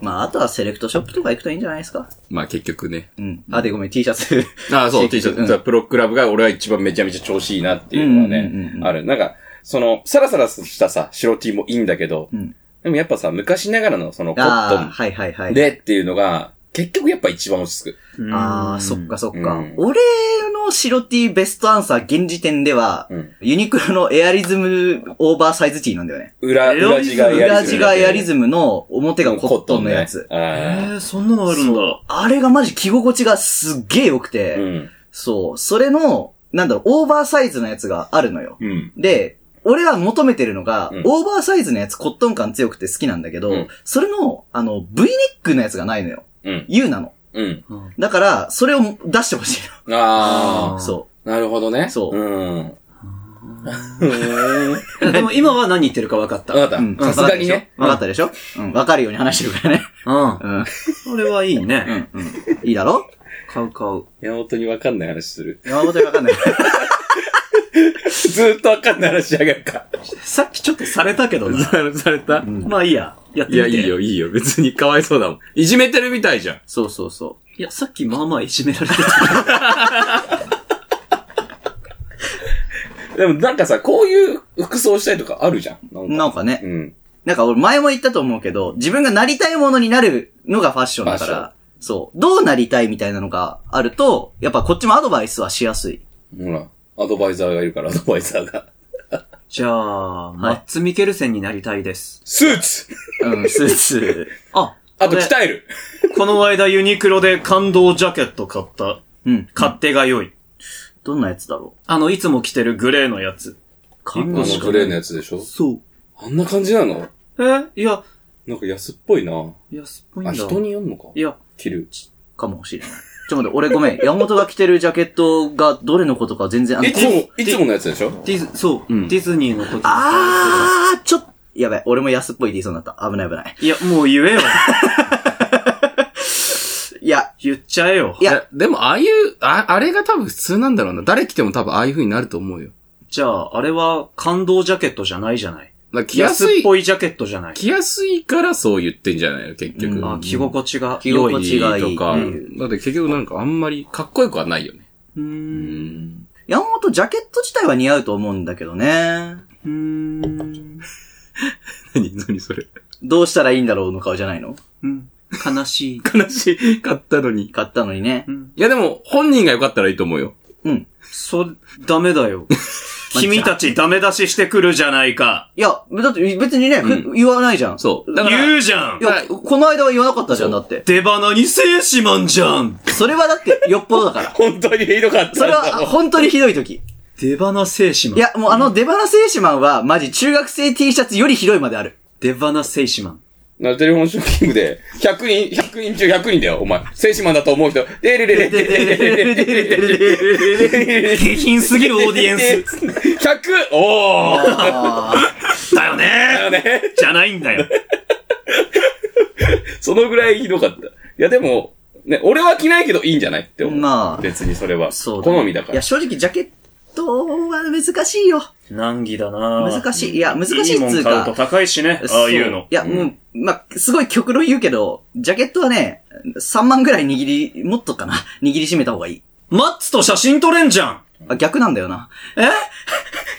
[SPEAKER 2] まあ、あとはセレクトショップとか行くといいんじゃないですか
[SPEAKER 4] まあ結局ね。
[SPEAKER 2] うん。あ、で、ごめん、T シャツ。
[SPEAKER 4] ああ、そう、
[SPEAKER 2] シ
[SPEAKER 4] T
[SPEAKER 2] ェイ
[SPEAKER 4] シ
[SPEAKER 2] ク
[SPEAKER 4] ャツ。プロクラブが俺は一番めちゃめちゃ調子いいなっていうのは
[SPEAKER 2] うんうんうんう
[SPEAKER 4] ね、
[SPEAKER 2] ん
[SPEAKER 4] あ
[SPEAKER 3] あ
[SPEAKER 4] る。
[SPEAKER 3] る。なんか、その、サラサラしたさ、白 T もいいんだけど、
[SPEAKER 2] うん
[SPEAKER 3] でもやっぱさ、昔ながらのそのコ
[SPEAKER 2] ああ、
[SPEAKER 3] ッ
[SPEAKER 2] はいはいは
[SPEAKER 3] トン
[SPEAKER 2] い。
[SPEAKER 3] でっていうのが、結局やっぱ一番落ち着く。
[SPEAKER 2] ああ、そっかそっか。
[SPEAKER 3] うん
[SPEAKER 2] 俺の白 T ベストアンサー現時点では、
[SPEAKER 3] うん
[SPEAKER 2] ユニクロのエアリズムオーバーサイズ T なんだよね。
[SPEAKER 3] 裏、
[SPEAKER 1] エア
[SPEAKER 3] 裏
[SPEAKER 1] リズ
[SPEAKER 3] 地
[SPEAKER 1] ム
[SPEAKER 3] が
[SPEAKER 2] 裏地がエアリ
[SPEAKER 3] ム
[SPEAKER 2] ズムの表がコットンのやつ。。
[SPEAKER 3] あ
[SPEAKER 1] え
[SPEAKER 3] あ
[SPEAKER 1] ー、そんなのあるんだ。
[SPEAKER 2] あれがマジ着心地がすっげえ良くて、
[SPEAKER 3] うん。
[SPEAKER 2] そう、それの、なんだろう、オーバーサイズのやつがあるのよ。
[SPEAKER 3] うん。
[SPEAKER 2] で、俺は求めてるのが、
[SPEAKER 3] うん
[SPEAKER 2] オーバーサイズのやつコットン感強くて好きなんだけど、
[SPEAKER 3] うん
[SPEAKER 2] それの、あの、V ネックのやつがないのよ。
[SPEAKER 3] うん。
[SPEAKER 2] U なの。
[SPEAKER 3] うん。
[SPEAKER 2] だから、それを出してほしい
[SPEAKER 3] あ
[SPEAKER 2] の。
[SPEAKER 1] あ
[SPEAKER 2] そ
[SPEAKER 3] あ、なるほどね。
[SPEAKER 2] そう
[SPEAKER 3] うん。
[SPEAKER 1] いやでも今は何言ってるか分かった。
[SPEAKER 3] わ
[SPEAKER 2] う。
[SPEAKER 3] か
[SPEAKER 2] う
[SPEAKER 3] っ
[SPEAKER 2] ん
[SPEAKER 3] た。さすがにね。。
[SPEAKER 2] わかったでしょうん。わかるように話してるからね。
[SPEAKER 1] うん。
[SPEAKER 2] うん。
[SPEAKER 1] それはいいね。
[SPEAKER 2] うん。うん。いいだろ。
[SPEAKER 1] 買う買う。
[SPEAKER 3] 山本にわかんない話する
[SPEAKER 2] 山本にわかんない。
[SPEAKER 3] ずーっとわかんない話しやがるか。
[SPEAKER 1] さっきちょっとされたけどな。
[SPEAKER 4] されされた
[SPEAKER 1] まあいいや。やって
[SPEAKER 4] い
[SPEAKER 1] み
[SPEAKER 4] や、
[SPEAKER 1] て。
[SPEAKER 4] いいよ、いいよ。別にかわいそうだもん。いじめてるみたいじゃん。
[SPEAKER 2] そうそうそ
[SPEAKER 1] いや、さっきまあまあいじめられて
[SPEAKER 3] でもなんかさ、こういう服装したいとかあるじゃん。な
[SPEAKER 2] う。
[SPEAKER 3] んか
[SPEAKER 2] なんかね。
[SPEAKER 3] うん。
[SPEAKER 2] なんか俺前も言ったと思うけど、自分がなりたいものになるのがファッションだか
[SPEAKER 3] ファッ
[SPEAKER 2] ら、そう。どうなりたいみたいなのがあると、やっぱこっちもアドバイスはしやすい。
[SPEAKER 3] ほら、アドバイザーがいるから、アドバイザーが。
[SPEAKER 1] じゃあ、マッツ・ミケルセンになりたいです。
[SPEAKER 3] スーツ
[SPEAKER 2] うん、スーツ。
[SPEAKER 1] あ、
[SPEAKER 3] あと
[SPEAKER 1] これ
[SPEAKER 3] 鍛える
[SPEAKER 1] この間ユニクロで感動ジャケット買った。
[SPEAKER 2] うん。
[SPEAKER 1] 勝手が良い。
[SPEAKER 2] どんなやつだろ
[SPEAKER 1] あの、いつも着てるグレーのやつ。一
[SPEAKER 2] う。
[SPEAKER 3] あ
[SPEAKER 1] 個
[SPEAKER 3] の
[SPEAKER 1] しか
[SPEAKER 3] グレーのやつでしょ
[SPEAKER 1] そ
[SPEAKER 3] あんな感じなの
[SPEAKER 1] う。えいや、
[SPEAKER 3] なんか安っぽいな。
[SPEAKER 1] 安っぽいん
[SPEAKER 3] あ、
[SPEAKER 1] だ。
[SPEAKER 3] 人によんのか
[SPEAKER 1] いや、
[SPEAKER 3] 着る。
[SPEAKER 2] かもしれない。ちょっと待って、俺ごめん。 山本が着てるジャケットがどれのことか全然あの
[SPEAKER 3] いつも、いつものやつでしょ
[SPEAKER 1] ディズ、そう、
[SPEAKER 4] うん
[SPEAKER 1] ディズニーの時
[SPEAKER 2] あー、ちょっと、やばい。俺も安っぽいって言いそうになった。危ない危ない。
[SPEAKER 1] いや、もう言えよ。
[SPEAKER 2] いや、
[SPEAKER 1] 言っちゃえよ
[SPEAKER 2] い。や
[SPEAKER 4] えでも、ああいう、あ、あれが多分普通なんだろうな。誰来ても多分ああいう風になると思うよ。
[SPEAKER 1] じゃあ、あれは感動ジャケットじゃないじゃない。
[SPEAKER 4] だから着や
[SPEAKER 1] 安
[SPEAKER 4] す
[SPEAKER 1] っ
[SPEAKER 4] い、
[SPEAKER 1] ぽいジャケットじゃない。
[SPEAKER 4] 着やすいからそう言ってんじゃないの、結局。
[SPEAKER 2] うん
[SPEAKER 1] あ、着心地が
[SPEAKER 2] 着
[SPEAKER 1] 良
[SPEAKER 2] 心
[SPEAKER 1] い。
[SPEAKER 2] 地がいい
[SPEAKER 4] とか、
[SPEAKER 2] う
[SPEAKER 4] だって結局なんかあんまりかっこよくはないよね。
[SPEAKER 1] うー。
[SPEAKER 4] うんん。
[SPEAKER 2] 山本ジャケット自体は似合うと思うんだけどね。
[SPEAKER 1] うーん。
[SPEAKER 4] 何、何それ。
[SPEAKER 2] どうしたらいいんだろうの顔じゃないの
[SPEAKER 1] うん。悲 しい。
[SPEAKER 4] 悲しかったのに。
[SPEAKER 2] 買ったのにね。
[SPEAKER 1] うん。
[SPEAKER 4] いやでも、本人が良かったらいいと思うよ。
[SPEAKER 2] うん。
[SPEAKER 1] そ、ダメだ よ。君たちダメ出ししてくるじゃないか。
[SPEAKER 2] いや、だって別にね、
[SPEAKER 4] うん
[SPEAKER 2] 言わないじゃん。
[SPEAKER 4] そう。だから、
[SPEAKER 1] 言うじゃん
[SPEAKER 2] いや、この間は言わなかったじゃん、だって。
[SPEAKER 1] 出花に生死マンじゃん
[SPEAKER 2] それはだって、よっぽど だから。
[SPEAKER 3] 本当にひどかったんだ。
[SPEAKER 2] それは、あ本当にひどい時。
[SPEAKER 1] 出花生死マン。
[SPEAKER 2] いや、もうあの、出花聖子マンは、マジ中学生 T シャツよりひどいまである。
[SPEAKER 1] 出花生死マン。
[SPEAKER 3] な、テレフォンショッキングで、100人、100人中100人だよ、お前。精神マンだと思う人。でれれれれれれれれれ
[SPEAKER 1] 下品すぎるオーディエンス。
[SPEAKER 3] 100! おー
[SPEAKER 2] あ
[SPEAKER 1] だよね
[SPEAKER 3] ね
[SPEAKER 1] じゃないんだよ。
[SPEAKER 3] そのぐらいひどかった。いや、でも、ね、俺は着ないけどいいんじゃないって
[SPEAKER 2] ー
[SPEAKER 3] 思う。
[SPEAKER 2] まあ、
[SPEAKER 3] 別にそれは。
[SPEAKER 2] そうね
[SPEAKER 3] 好みだか
[SPEAKER 2] いや、
[SPEAKER 3] ら。
[SPEAKER 2] 正直、ジャケットは難しいよ。
[SPEAKER 1] 難儀だな
[SPEAKER 2] 難しい。いや、難しいっ
[SPEAKER 1] も
[SPEAKER 2] つ
[SPEAKER 1] ん
[SPEAKER 2] う
[SPEAKER 1] 買う
[SPEAKER 2] か
[SPEAKER 1] と。高いしね。ああいうの
[SPEAKER 2] そ。いや、もう、まあ、すごい極論言うけど、ジャケットはね、3万ぐらい握り、もっとかな、握りしめた方がいい。
[SPEAKER 1] マッツと写真撮れんじゃん
[SPEAKER 2] あ、逆なんだよな。え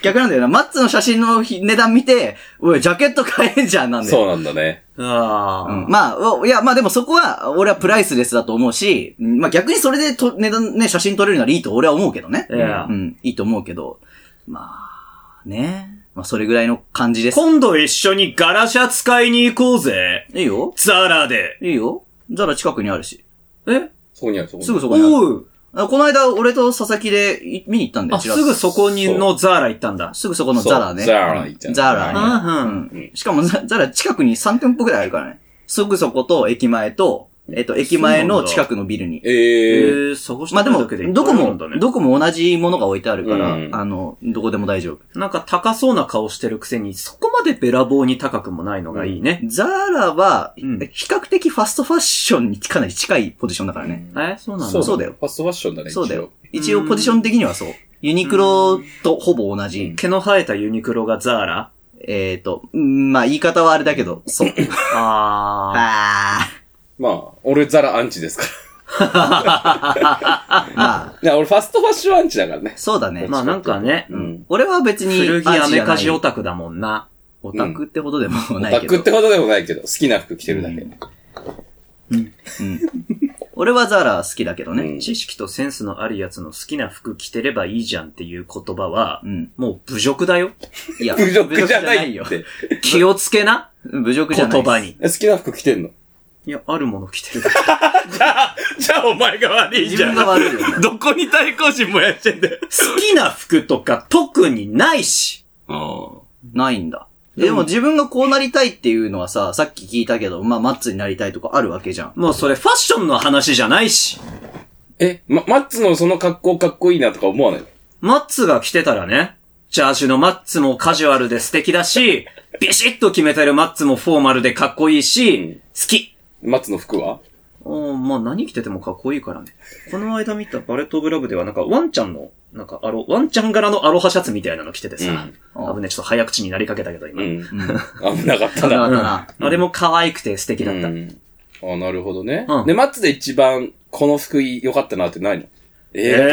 [SPEAKER 2] 逆なんだよな。マッツの写真のひ値段見て、おい、ジャケット買えんじゃん、なんだよ。
[SPEAKER 3] そうなんだね。
[SPEAKER 1] あ
[SPEAKER 2] う
[SPEAKER 1] あ、
[SPEAKER 2] ん、まあ、おいや、まあでもそこは、俺はプライスレスだと思うし、まあ逆にそれでと値段ね、写真撮れるならいいと俺は思うけどね。
[SPEAKER 1] いや
[SPEAKER 2] うん、いいと思うけど、まあ、ね。まあそれぐらいの感じです。
[SPEAKER 1] 今度一緒にガラシャ使いに行こうぜ。
[SPEAKER 2] いいよ。
[SPEAKER 1] ザラで。
[SPEAKER 2] いいよ。ザラ近くにあるし。
[SPEAKER 1] え
[SPEAKER 3] そこにある、そこに
[SPEAKER 2] すぐそこにある。
[SPEAKER 1] おう。
[SPEAKER 2] あこの間、俺と佐々木でい見に行ったんだよ。
[SPEAKER 1] あ、
[SPEAKER 2] ち
[SPEAKER 1] す
[SPEAKER 2] らっと
[SPEAKER 1] ぐそこにのザラ行ったんだ。
[SPEAKER 2] すぐそこの
[SPEAKER 3] そう
[SPEAKER 2] ザラね。
[SPEAKER 3] ザラ行ったんだ
[SPEAKER 2] ザ
[SPEAKER 1] う
[SPEAKER 2] ラね。
[SPEAKER 1] ん、
[SPEAKER 2] うんしかも ザザラ近くに3店舗ぐらいあるからね。すぐそこと駅前と、えっと、駅前の近くのビルに。
[SPEAKER 1] え
[SPEAKER 3] えー。
[SPEAKER 1] ー、探して
[SPEAKER 2] まあ
[SPEAKER 1] み
[SPEAKER 2] で
[SPEAKER 1] る
[SPEAKER 2] も、
[SPEAKER 1] だけでいっぱ
[SPEAKER 2] ど
[SPEAKER 1] いあ
[SPEAKER 2] こ
[SPEAKER 1] るん
[SPEAKER 2] も
[SPEAKER 1] だね、。
[SPEAKER 2] どこも同じものが置いてあるから、
[SPEAKER 3] うん
[SPEAKER 2] あの、どこでも大丈夫。
[SPEAKER 1] なんか高そうな顔してるくせに、そこまでべらぼうに高くもないのがいいね。
[SPEAKER 2] ザラは、
[SPEAKER 1] うん
[SPEAKER 2] 比較的ファストファッションにかなり近いポジションだからね。
[SPEAKER 1] えそうなん
[SPEAKER 3] そ
[SPEAKER 1] だ。
[SPEAKER 3] う
[SPEAKER 2] そうだよ
[SPEAKER 3] ファストファッションだね。
[SPEAKER 2] そうだよ。
[SPEAKER 1] 一
[SPEAKER 2] 一
[SPEAKER 1] 応
[SPEAKER 2] 応ポジション的にはそう。ユニクロとほぼ同じ。
[SPEAKER 1] 毛の生えたユニクロがザーラ
[SPEAKER 2] えっ、と、うんまあ言い方はあれだけど、そう。
[SPEAKER 1] あ
[SPEAKER 2] あー。
[SPEAKER 3] まあ、俺ザラアンチですから。
[SPEAKER 2] まあ、
[SPEAKER 3] いや、俺ファストファッションアンチだからね。
[SPEAKER 2] そうだね。
[SPEAKER 1] まあなんかね、
[SPEAKER 3] うん。
[SPEAKER 2] 俺は別に、
[SPEAKER 1] 古着アメカジオ
[SPEAKER 2] オ
[SPEAKER 1] タクだもんな。
[SPEAKER 2] オタクってほどでもな
[SPEAKER 3] オタ
[SPEAKER 2] いけど。
[SPEAKER 3] クってことでもないけど、好きな服着てるだけ。
[SPEAKER 2] うん。俺はザラ好きだけどね。
[SPEAKER 3] うん
[SPEAKER 1] 知識とセンスのあるやつの好きな服着てればいいじゃんっていう言葉は
[SPEAKER 2] う、ん。
[SPEAKER 1] もう侮辱だよ。
[SPEAKER 2] いや、
[SPEAKER 3] 侮辱じゃない
[SPEAKER 2] 侮
[SPEAKER 3] っ
[SPEAKER 2] 辱じゃ
[SPEAKER 3] て。
[SPEAKER 1] 気をつけな
[SPEAKER 2] ないよ。侮辱じ
[SPEAKER 1] 言
[SPEAKER 2] ゃない。
[SPEAKER 1] 葉。に。
[SPEAKER 3] え好きな服着てんの
[SPEAKER 1] いや、あるもの着て る。
[SPEAKER 4] じゃあお前が悪い
[SPEAKER 2] 自
[SPEAKER 4] じゃ
[SPEAKER 2] 分
[SPEAKER 4] ん
[SPEAKER 2] が。悪いよね。
[SPEAKER 4] どこに対抗心燃やしてんだよ。
[SPEAKER 1] 好きな服とか特にないし。
[SPEAKER 2] ないんだ。でも自分がこうなりたいっていうのはさ、さっき聞いたけど、まあ、マッツになりたいとかあるわけじゃん。
[SPEAKER 1] もうそれファッションの話じゃないし。
[SPEAKER 3] え、ま、マッツのその格好かっこいいなとか思わない
[SPEAKER 1] マッツが着てたらね、チャーシュのマッツもカジュアルで素敵だし、ビシッと決めてるマッツもフォーマルでかっこいい
[SPEAKER 3] うん
[SPEAKER 1] し、好き。
[SPEAKER 3] マッツの服は
[SPEAKER 1] おーまあ何着ててもかっこいいからね。この間見たバレットブラブではなんかワンちゃんの、なんかアロ、ワンちゃん柄のアロハシャツみたいなの着ててさ、
[SPEAKER 2] うん
[SPEAKER 1] 危ねえ、ちょっと早口になりかけたけど
[SPEAKER 3] う
[SPEAKER 1] 今。
[SPEAKER 3] ん。
[SPEAKER 2] うん。
[SPEAKER 3] 危なかった
[SPEAKER 2] ただ
[SPEAKER 3] な。
[SPEAKER 2] あだな。
[SPEAKER 1] あれも可愛くて素敵だった。
[SPEAKER 3] うんあ、なるほどね
[SPEAKER 1] うん。
[SPEAKER 3] で、マッツで一番この服良かったなってないの映画とか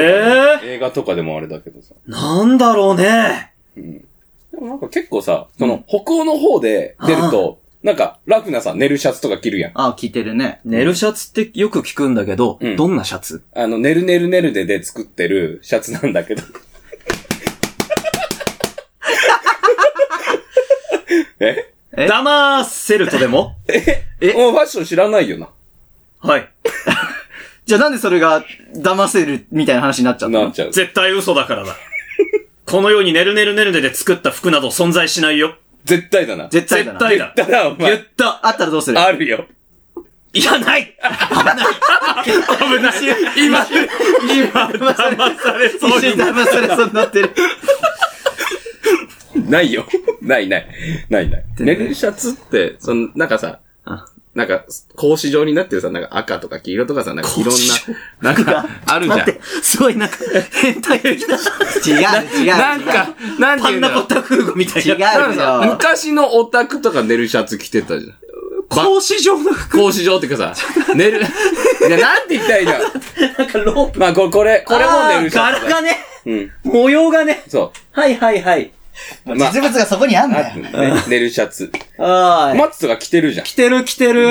[SPEAKER 1] え
[SPEAKER 3] 映画とかでもあれだけどさ。
[SPEAKER 1] ー、なんだろうね。
[SPEAKER 3] でもなんか結構さ、その北欧の方で出ると、なんかラフなさ、寝るシャツとか着るやん。
[SPEAKER 2] ああ、聞いてるね。
[SPEAKER 1] 寝るシャツってよく聞くんだけど、
[SPEAKER 3] うん
[SPEAKER 1] どんなシャツ
[SPEAKER 3] あの、寝る寝る寝るでで作ってるシャツなんだけど。え
[SPEAKER 2] え
[SPEAKER 1] 騙せるとでも
[SPEAKER 3] えもうファッション知らないよな。
[SPEAKER 1] はい。
[SPEAKER 2] じゃあなんでそれが騙せるみたいな話になっちゃった
[SPEAKER 3] な
[SPEAKER 2] の
[SPEAKER 3] っちゃう。
[SPEAKER 1] 絶対嘘だからだ。 このようにねるねるねるねで作った服など存在しないよ。
[SPEAKER 3] 絶対だな。
[SPEAKER 2] 絶対だ
[SPEAKER 1] 絶
[SPEAKER 2] な。
[SPEAKER 1] 対だ。
[SPEAKER 3] だな、お
[SPEAKER 1] 言
[SPEAKER 3] 前
[SPEAKER 1] っ。た。
[SPEAKER 2] あったらどうする
[SPEAKER 3] あるよ。
[SPEAKER 1] いや、ない危ない危ない今、今、騙されそう
[SPEAKER 2] 一
[SPEAKER 1] に
[SPEAKER 2] 瞬騙されそうになってる。
[SPEAKER 3] ないよ。 ないない。ないない。寝るシャツって、その、なんかさ
[SPEAKER 1] あ、
[SPEAKER 3] なんか、格子状になってるさ、なんか赤とか黄色とかさ、なんかいろんな、なんか、あるじゃん
[SPEAKER 1] 待っ。て、すごいなんか、変態的な、
[SPEAKER 2] 違う、違う。
[SPEAKER 4] なん
[SPEAKER 2] 違う、
[SPEAKER 4] か、なんて
[SPEAKER 1] パ
[SPEAKER 4] い
[SPEAKER 1] ン
[SPEAKER 4] う
[SPEAKER 1] ナコ
[SPEAKER 4] の
[SPEAKER 1] ッタフーゴみたい
[SPEAKER 2] 違う
[SPEAKER 1] な。
[SPEAKER 2] よ。
[SPEAKER 4] 昔のオタクとか寝るシャツ着てたじゃん。
[SPEAKER 1] 格子状の服。
[SPEAKER 4] 格子状っていうかさ、寝る、
[SPEAKER 3] いや、なんて言ったらいいの
[SPEAKER 1] なんかロープ。
[SPEAKER 3] まあ、これ、これ、これも寝るシャ
[SPEAKER 1] あ
[SPEAKER 3] ツ
[SPEAKER 1] ー柄
[SPEAKER 3] だ。
[SPEAKER 1] がね、
[SPEAKER 3] うん。
[SPEAKER 1] 模様がね。
[SPEAKER 3] そ
[SPEAKER 1] はいはいはい。
[SPEAKER 3] う。まあ、
[SPEAKER 2] 実物がそこにあんだ
[SPEAKER 3] あ
[SPEAKER 2] よ。
[SPEAKER 3] ね寝るシャツ。
[SPEAKER 1] あー
[SPEAKER 3] マッツとか着てるじゃん
[SPEAKER 1] 着。てる着てる。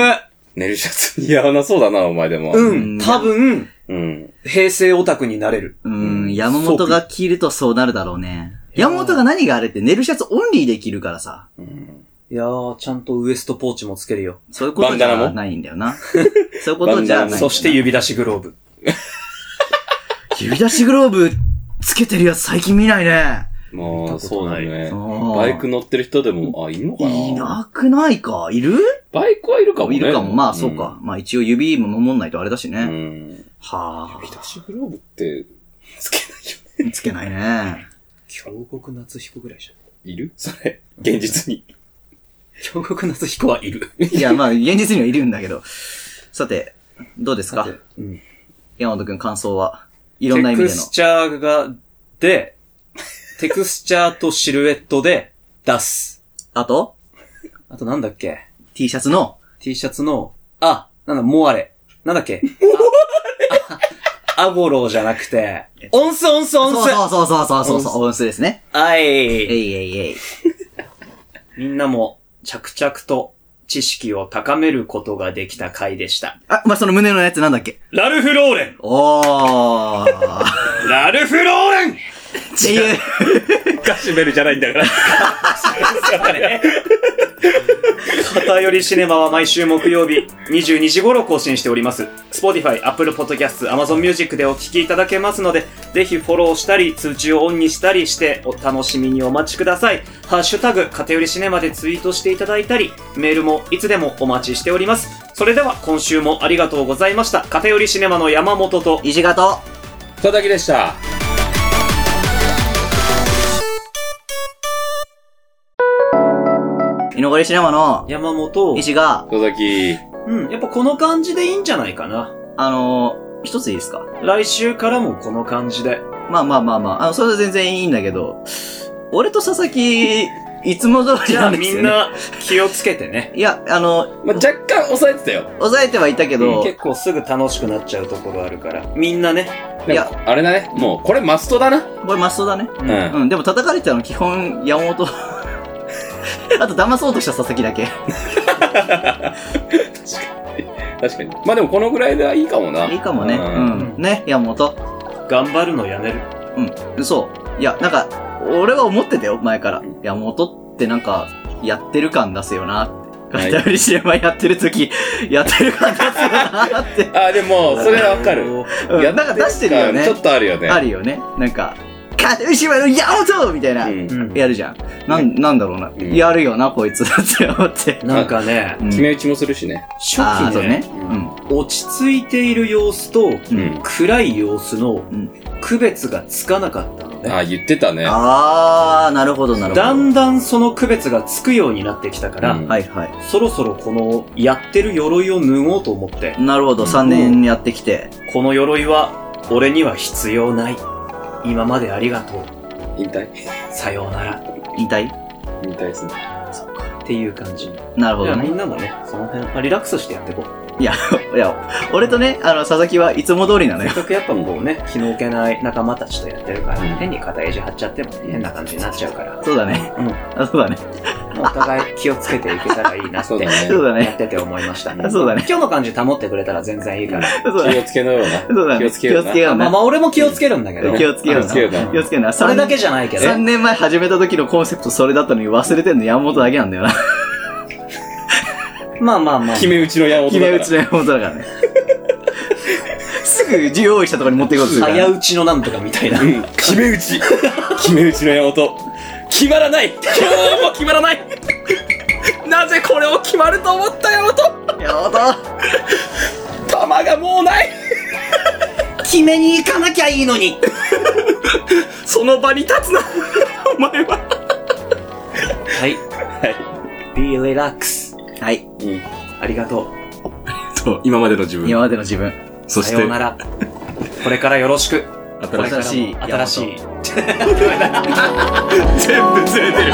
[SPEAKER 3] 寝るシャツ。 似合わなそうだな、お前でも。
[SPEAKER 1] うんん。多分、
[SPEAKER 3] うん。
[SPEAKER 1] 平成オタクになれる。
[SPEAKER 2] うん、山本が着るとそうなるだろうね。山本が何があれって寝るシャツオンリーで着るからさ。
[SPEAKER 1] いやー、ちゃんとウエストポーチもつけるよ。
[SPEAKER 2] そういうことじゃないんだよな。 そういうことじゃないんだよな。
[SPEAKER 1] そして指出しグローブ。
[SPEAKER 2] 指出しグローブつけてるやつ最近見ないね。
[SPEAKER 3] まあ、そうだね。
[SPEAKER 2] うん
[SPEAKER 3] バイク乗ってる人でも、あ、いるのかない
[SPEAKER 2] いなくないかいる
[SPEAKER 3] バイクはいるかもね。
[SPEAKER 2] いるかも。まあそうか。まあ一応指も守んないとあれだし
[SPEAKER 3] うん。う
[SPEAKER 2] ね。
[SPEAKER 3] ん。
[SPEAKER 2] は
[SPEAKER 3] ビタシグローブって、つけないよね。
[SPEAKER 2] あ。つけないね。
[SPEAKER 1] 京極夏彦ぐらいじゃん。
[SPEAKER 3] いる それ。現実に。
[SPEAKER 1] 京極夏彦はいる。
[SPEAKER 2] いや、まあ現実にはいるんだけど。さて、どうですか
[SPEAKER 1] うん
[SPEAKER 2] 山本くん感想はいろんな意味
[SPEAKER 1] テク
[SPEAKER 2] での
[SPEAKER 1] ス。チャーが、で、テクスチャーとシルエットで出す。
[SPEAKER 2] あと、
[SPEAKER 1] あとなんだっけ
[SPEAKER 2] T シャツの、
[SPEAKER 1] ?T シャツの、あ、なんだ、モアレ。なんだっけああアゴローじゃなくて、オンスオンスオン
[SPEAKER 2] そう
[SPEAKER 1] ス
[SPEAKER 2] そうそうそうそうそうそう、音数ですね。
[SPEAKER 1] は
[SPEAKER 2] え
[SPEAKER 1] い。
[SPEAKER 2] いえいえい。
[SPEAKER 1] みんなも、着々と知識を高めることができた回でした。
[SPEAKER 2] あ、まあ、その胸のやつなんだっけ
[SPEAKER 1] ラルフ・ローレン
[SPEAKER 2] お ー。
[SPEAKER 1] ラルフ・ローレン
[SPEAKER 2] っていう。
[SPEAKER 3] ガシベルじゃないんだから。
[SPEAKER 1] 偏りシネマは毎週木曜日22時頃更新しております。Spotify、Apple Podcasts、Amazon Music でお聴きいただけますので、ぜひフォローしたり、通知をオンにしたりして、お楽しみにお待ちください。ハッシュタグ、偏りシネマでツイートしていただいたり、メールもいつでもお待ちしております。それでは今週もありがとうございました。偏りシネマの山本と、
[SPEAKER 2] 石形。
[SPEAKER 3] 佐々木でした。
[SPEAKER 2] 居残りシネマの
[SPEAKER 1] 山本
[SPEAKER 2] 石が、
[SPEAKER 3] 佐々木。
[SPEAKER 1] うん、やっぱこの感じでいいんじゃないかな。
[SPEAKER 2] あのー、一ついいですか
[SPEAKER 1] 来週からもこの感じで。
[SPEAKER 2] まあまあまあまあ、あの、それは全然いいんだけど、俺と佐々木、いつも通 り
[SPEAKER 1] じゃ
[SPEAKER 2] な
[SPEAKER 1] あ
[SPEAKER 2] んで
[SPEAKER 1] み
[SPEAKER 2] すよ、ね。
[SPEAKER 1] ん。な気をつけて ね。
[SPEAKER 2] いや、あの、
[SPEAKER 3] まあ、若干抑えてたよ。
[SPEAKER 2] 抑えてはいたけど、
[SPEAKER 1] 結構すぐ楽しくなっちゃうところあるから。みんなね。
[SPEAKER 3] で
[SPEAKER 2] い
[SPEAKER 3] も
[SPEAKER 2] や、
[SPEAKER 3] あれだね。もう、これマストだな。
[SPEAKER 2] これマストだね。
[SPEAKER 3] う
[SPEAKER 1] うん
[SPEAKER 3] ん。
[SPEAKER 2] うん、でも叩かれてたの基本、山本。 あと騙そうとした佐々木だけ。
[SPEAKER 3] 確かに。まあでもこのぐらいではいいかもな。
[SPEAKER 2] いいかもね。う
[SPEAKER 3] う。
[SPEAKER 2] んん。ね、山本。
[SPEAKER 1] 頑張るのやめる。
[SPEAKER 2] うん。そう。いや、なんか、俺は思ってたよ、前から。山本ってなんか、やってる感出すよなって。
[SPEAKER 3] はい
[SPEAKER 2] はい、WCM やってる時、 やってる感出すよなって。
[SPEAKER 3] あ、でも、それはわかる。
[SPEAKER 1] おー。
[SPEAKER 2] うん
[SPEAKER 3] やっ
[SPEAKER 2] なんか出してるよね
[SPEAKER 3] ちょっとあるよね。
[SPEAKER 2] あるよね。なんか、WCM の山本みたいな、
[SPEAKER 3] うん。
[SPEAKER 1] うん
[SPEAKER 2] やるじゃん。なん、なんだろうな。
[SPEAKER 3] ん
[SPEAKER 2] やるよな、こいつだって思って。
[SPEAKER 1] なんかね、
[SPEAKER 2] うん
[SPEAKER 3] 決め打ちもするしね。
[SPEAKER 1] 初
[SPEAKER 2] ああ、
[SPEAKER 1] 期
[SPEAKER 2] そう
[SPEAKER 1] ね
[SPEAKER 2] ね。うん。
[SPEAKER 1] 落ち着いている様子と、
[SPEAKER 2] うん
[SPEAKER 3] うん。
[SPEAKER 1] 暗い様子の
[SPEAKER 2] ん
[SPEAKER 1] 区別がつかなかったのね。
[SPEAKER 3] あ、言ってたね。
[SPEAKER 2] あー、なるほど、なるほど。
[SPEAKER 1] だんだんその区別がつくようになってきたから、
[SPEAKER 3] うん
[SPEAKER 2] はいはい。
[SPEAKER 1] そろそろこのやってる鎧を脱ごうと思って、
[SPEAKER 2] なるほど、3年やってきて。
[SPEAKER 1] この鎧は俺には必要ない。今までありがとう。
[SPEAKER 3] 引退
[SPEAKER 1] さようなら。っ
[SPEAKER 2] 引退
[SPEAKER 3] 引退ですね。
[SPEAKER 1] ていう感じ。
[SPEAKER 2] なるほ
[SPEAKER 1] じゃ
[SPEAKER 2] ど
[SPEAKER 1] あみ
[SPEAKER 2] ね。
[SPEAKER 1] んなもね、その辺、まあ、リラックスしてやっていこう。
[SPEAKER 2] いや、いや、俺とね、あの、佐々木はいつも通りなの
[SPEAKER 1] せ
[SPEAKER 2] よ
[SPEAKER 1] っ。かくやっぱこうね、気の置けない仲間たちとやってるから、
[SPEAKER 3] うん
[SPEAKER 1] 変に肩エジ張っちゃっても変な感じになっちゃうから、
[SPEAKER 2] そうだね。
[SPEAKER 1] うん
[SPEAKER 2] あそうだね。
[SPEAKER 1] お互い気をつけていけたらいいなっ
[SPEAKER 3] そう
[SPEAKER 1] て
[SPEAKER 3] だ。ね。
[SPEAKER 2] そうだ
[SPEAKER 1] やっ
[SPEAKER 2] ね。
[SPEAKER 1] てて思いましたね。
[SPEAKER 2] そうだね
[SPEAKER 1] 今日の感じ保ってくれたら全然いいから。
[SPEAKER 2] そうだ
[SPEAKER 3] 気
[SPEAKER 2] ね。
[SPEAKER 3] をつけのような。
[SPEAKER 2] そうだね。
[SPEAKER 3] 気をつけような
[SPEAKER 2] 気をつけよ
[SPEAKER 1] まあ
[SPEAKER 2] うな
[SPEAKER 1] ま。あ俺も気をつけるんだけど。
[SPEAKER 2] 気をつけよう
[SPEAKER 3] 気をつけような
[SPEAKER 2] な。気をつけような。
[SPEAKER 1] それだけ
[SPEAKER 2] じ
[SPEAKER 1] じゃないけど。
[SPEAKER 2] 3年前始めた時のコンセプトそれだったのに忘れてんの山本だけなんだよな。
[SPEAKER 1] まあまあまあ。
[SPEAKER 3] 決め打ちの矢音だ
[SPEAKER 2] 決
[SPEAKER 3] から。
[SPEAKER 2] め打ちの山本だか らね。すぐ自用意したところに持っていこうとするからね
[SPEAKER 1] 早打ちのなんとかみたいな。
[SPEAKER 3] うん。決め打 ち。決め打ちの矢音。決まらない今日も決まらないなぜこれを決まると思った矢音
[SPEAKER 2] 山本
[SPEAKER 3] 球がもうない
[SPEAKER 1] 決めに行かなきゃいいのに。
[SPEAKER 3] その場に立つなお前は
[SPEAKER 1] はい。Be relax.
[SPEAKER 2] はい。
[SPEAKER 3] うん。
[SPEAKER 1] ありがと。
[SPEAKER 4] と、今までの自分。
[SPEAKER 2] 今までの自分。
[SPEAKER 4] そうし
[SPEAKER 1] さよ
[SPEAKER 4] て
[SPEAKER 1] う、なら。これからよろしく。これ
[SPEAKER 4] 新
[SPEAKER 1] か
[SPEAKER 4] し
[SPEAKER 1] らも
[SPEAKER 2] 新しい
[SPEAKER 1] 新しい。
[SPEAKER 4] い。全部ずれてる。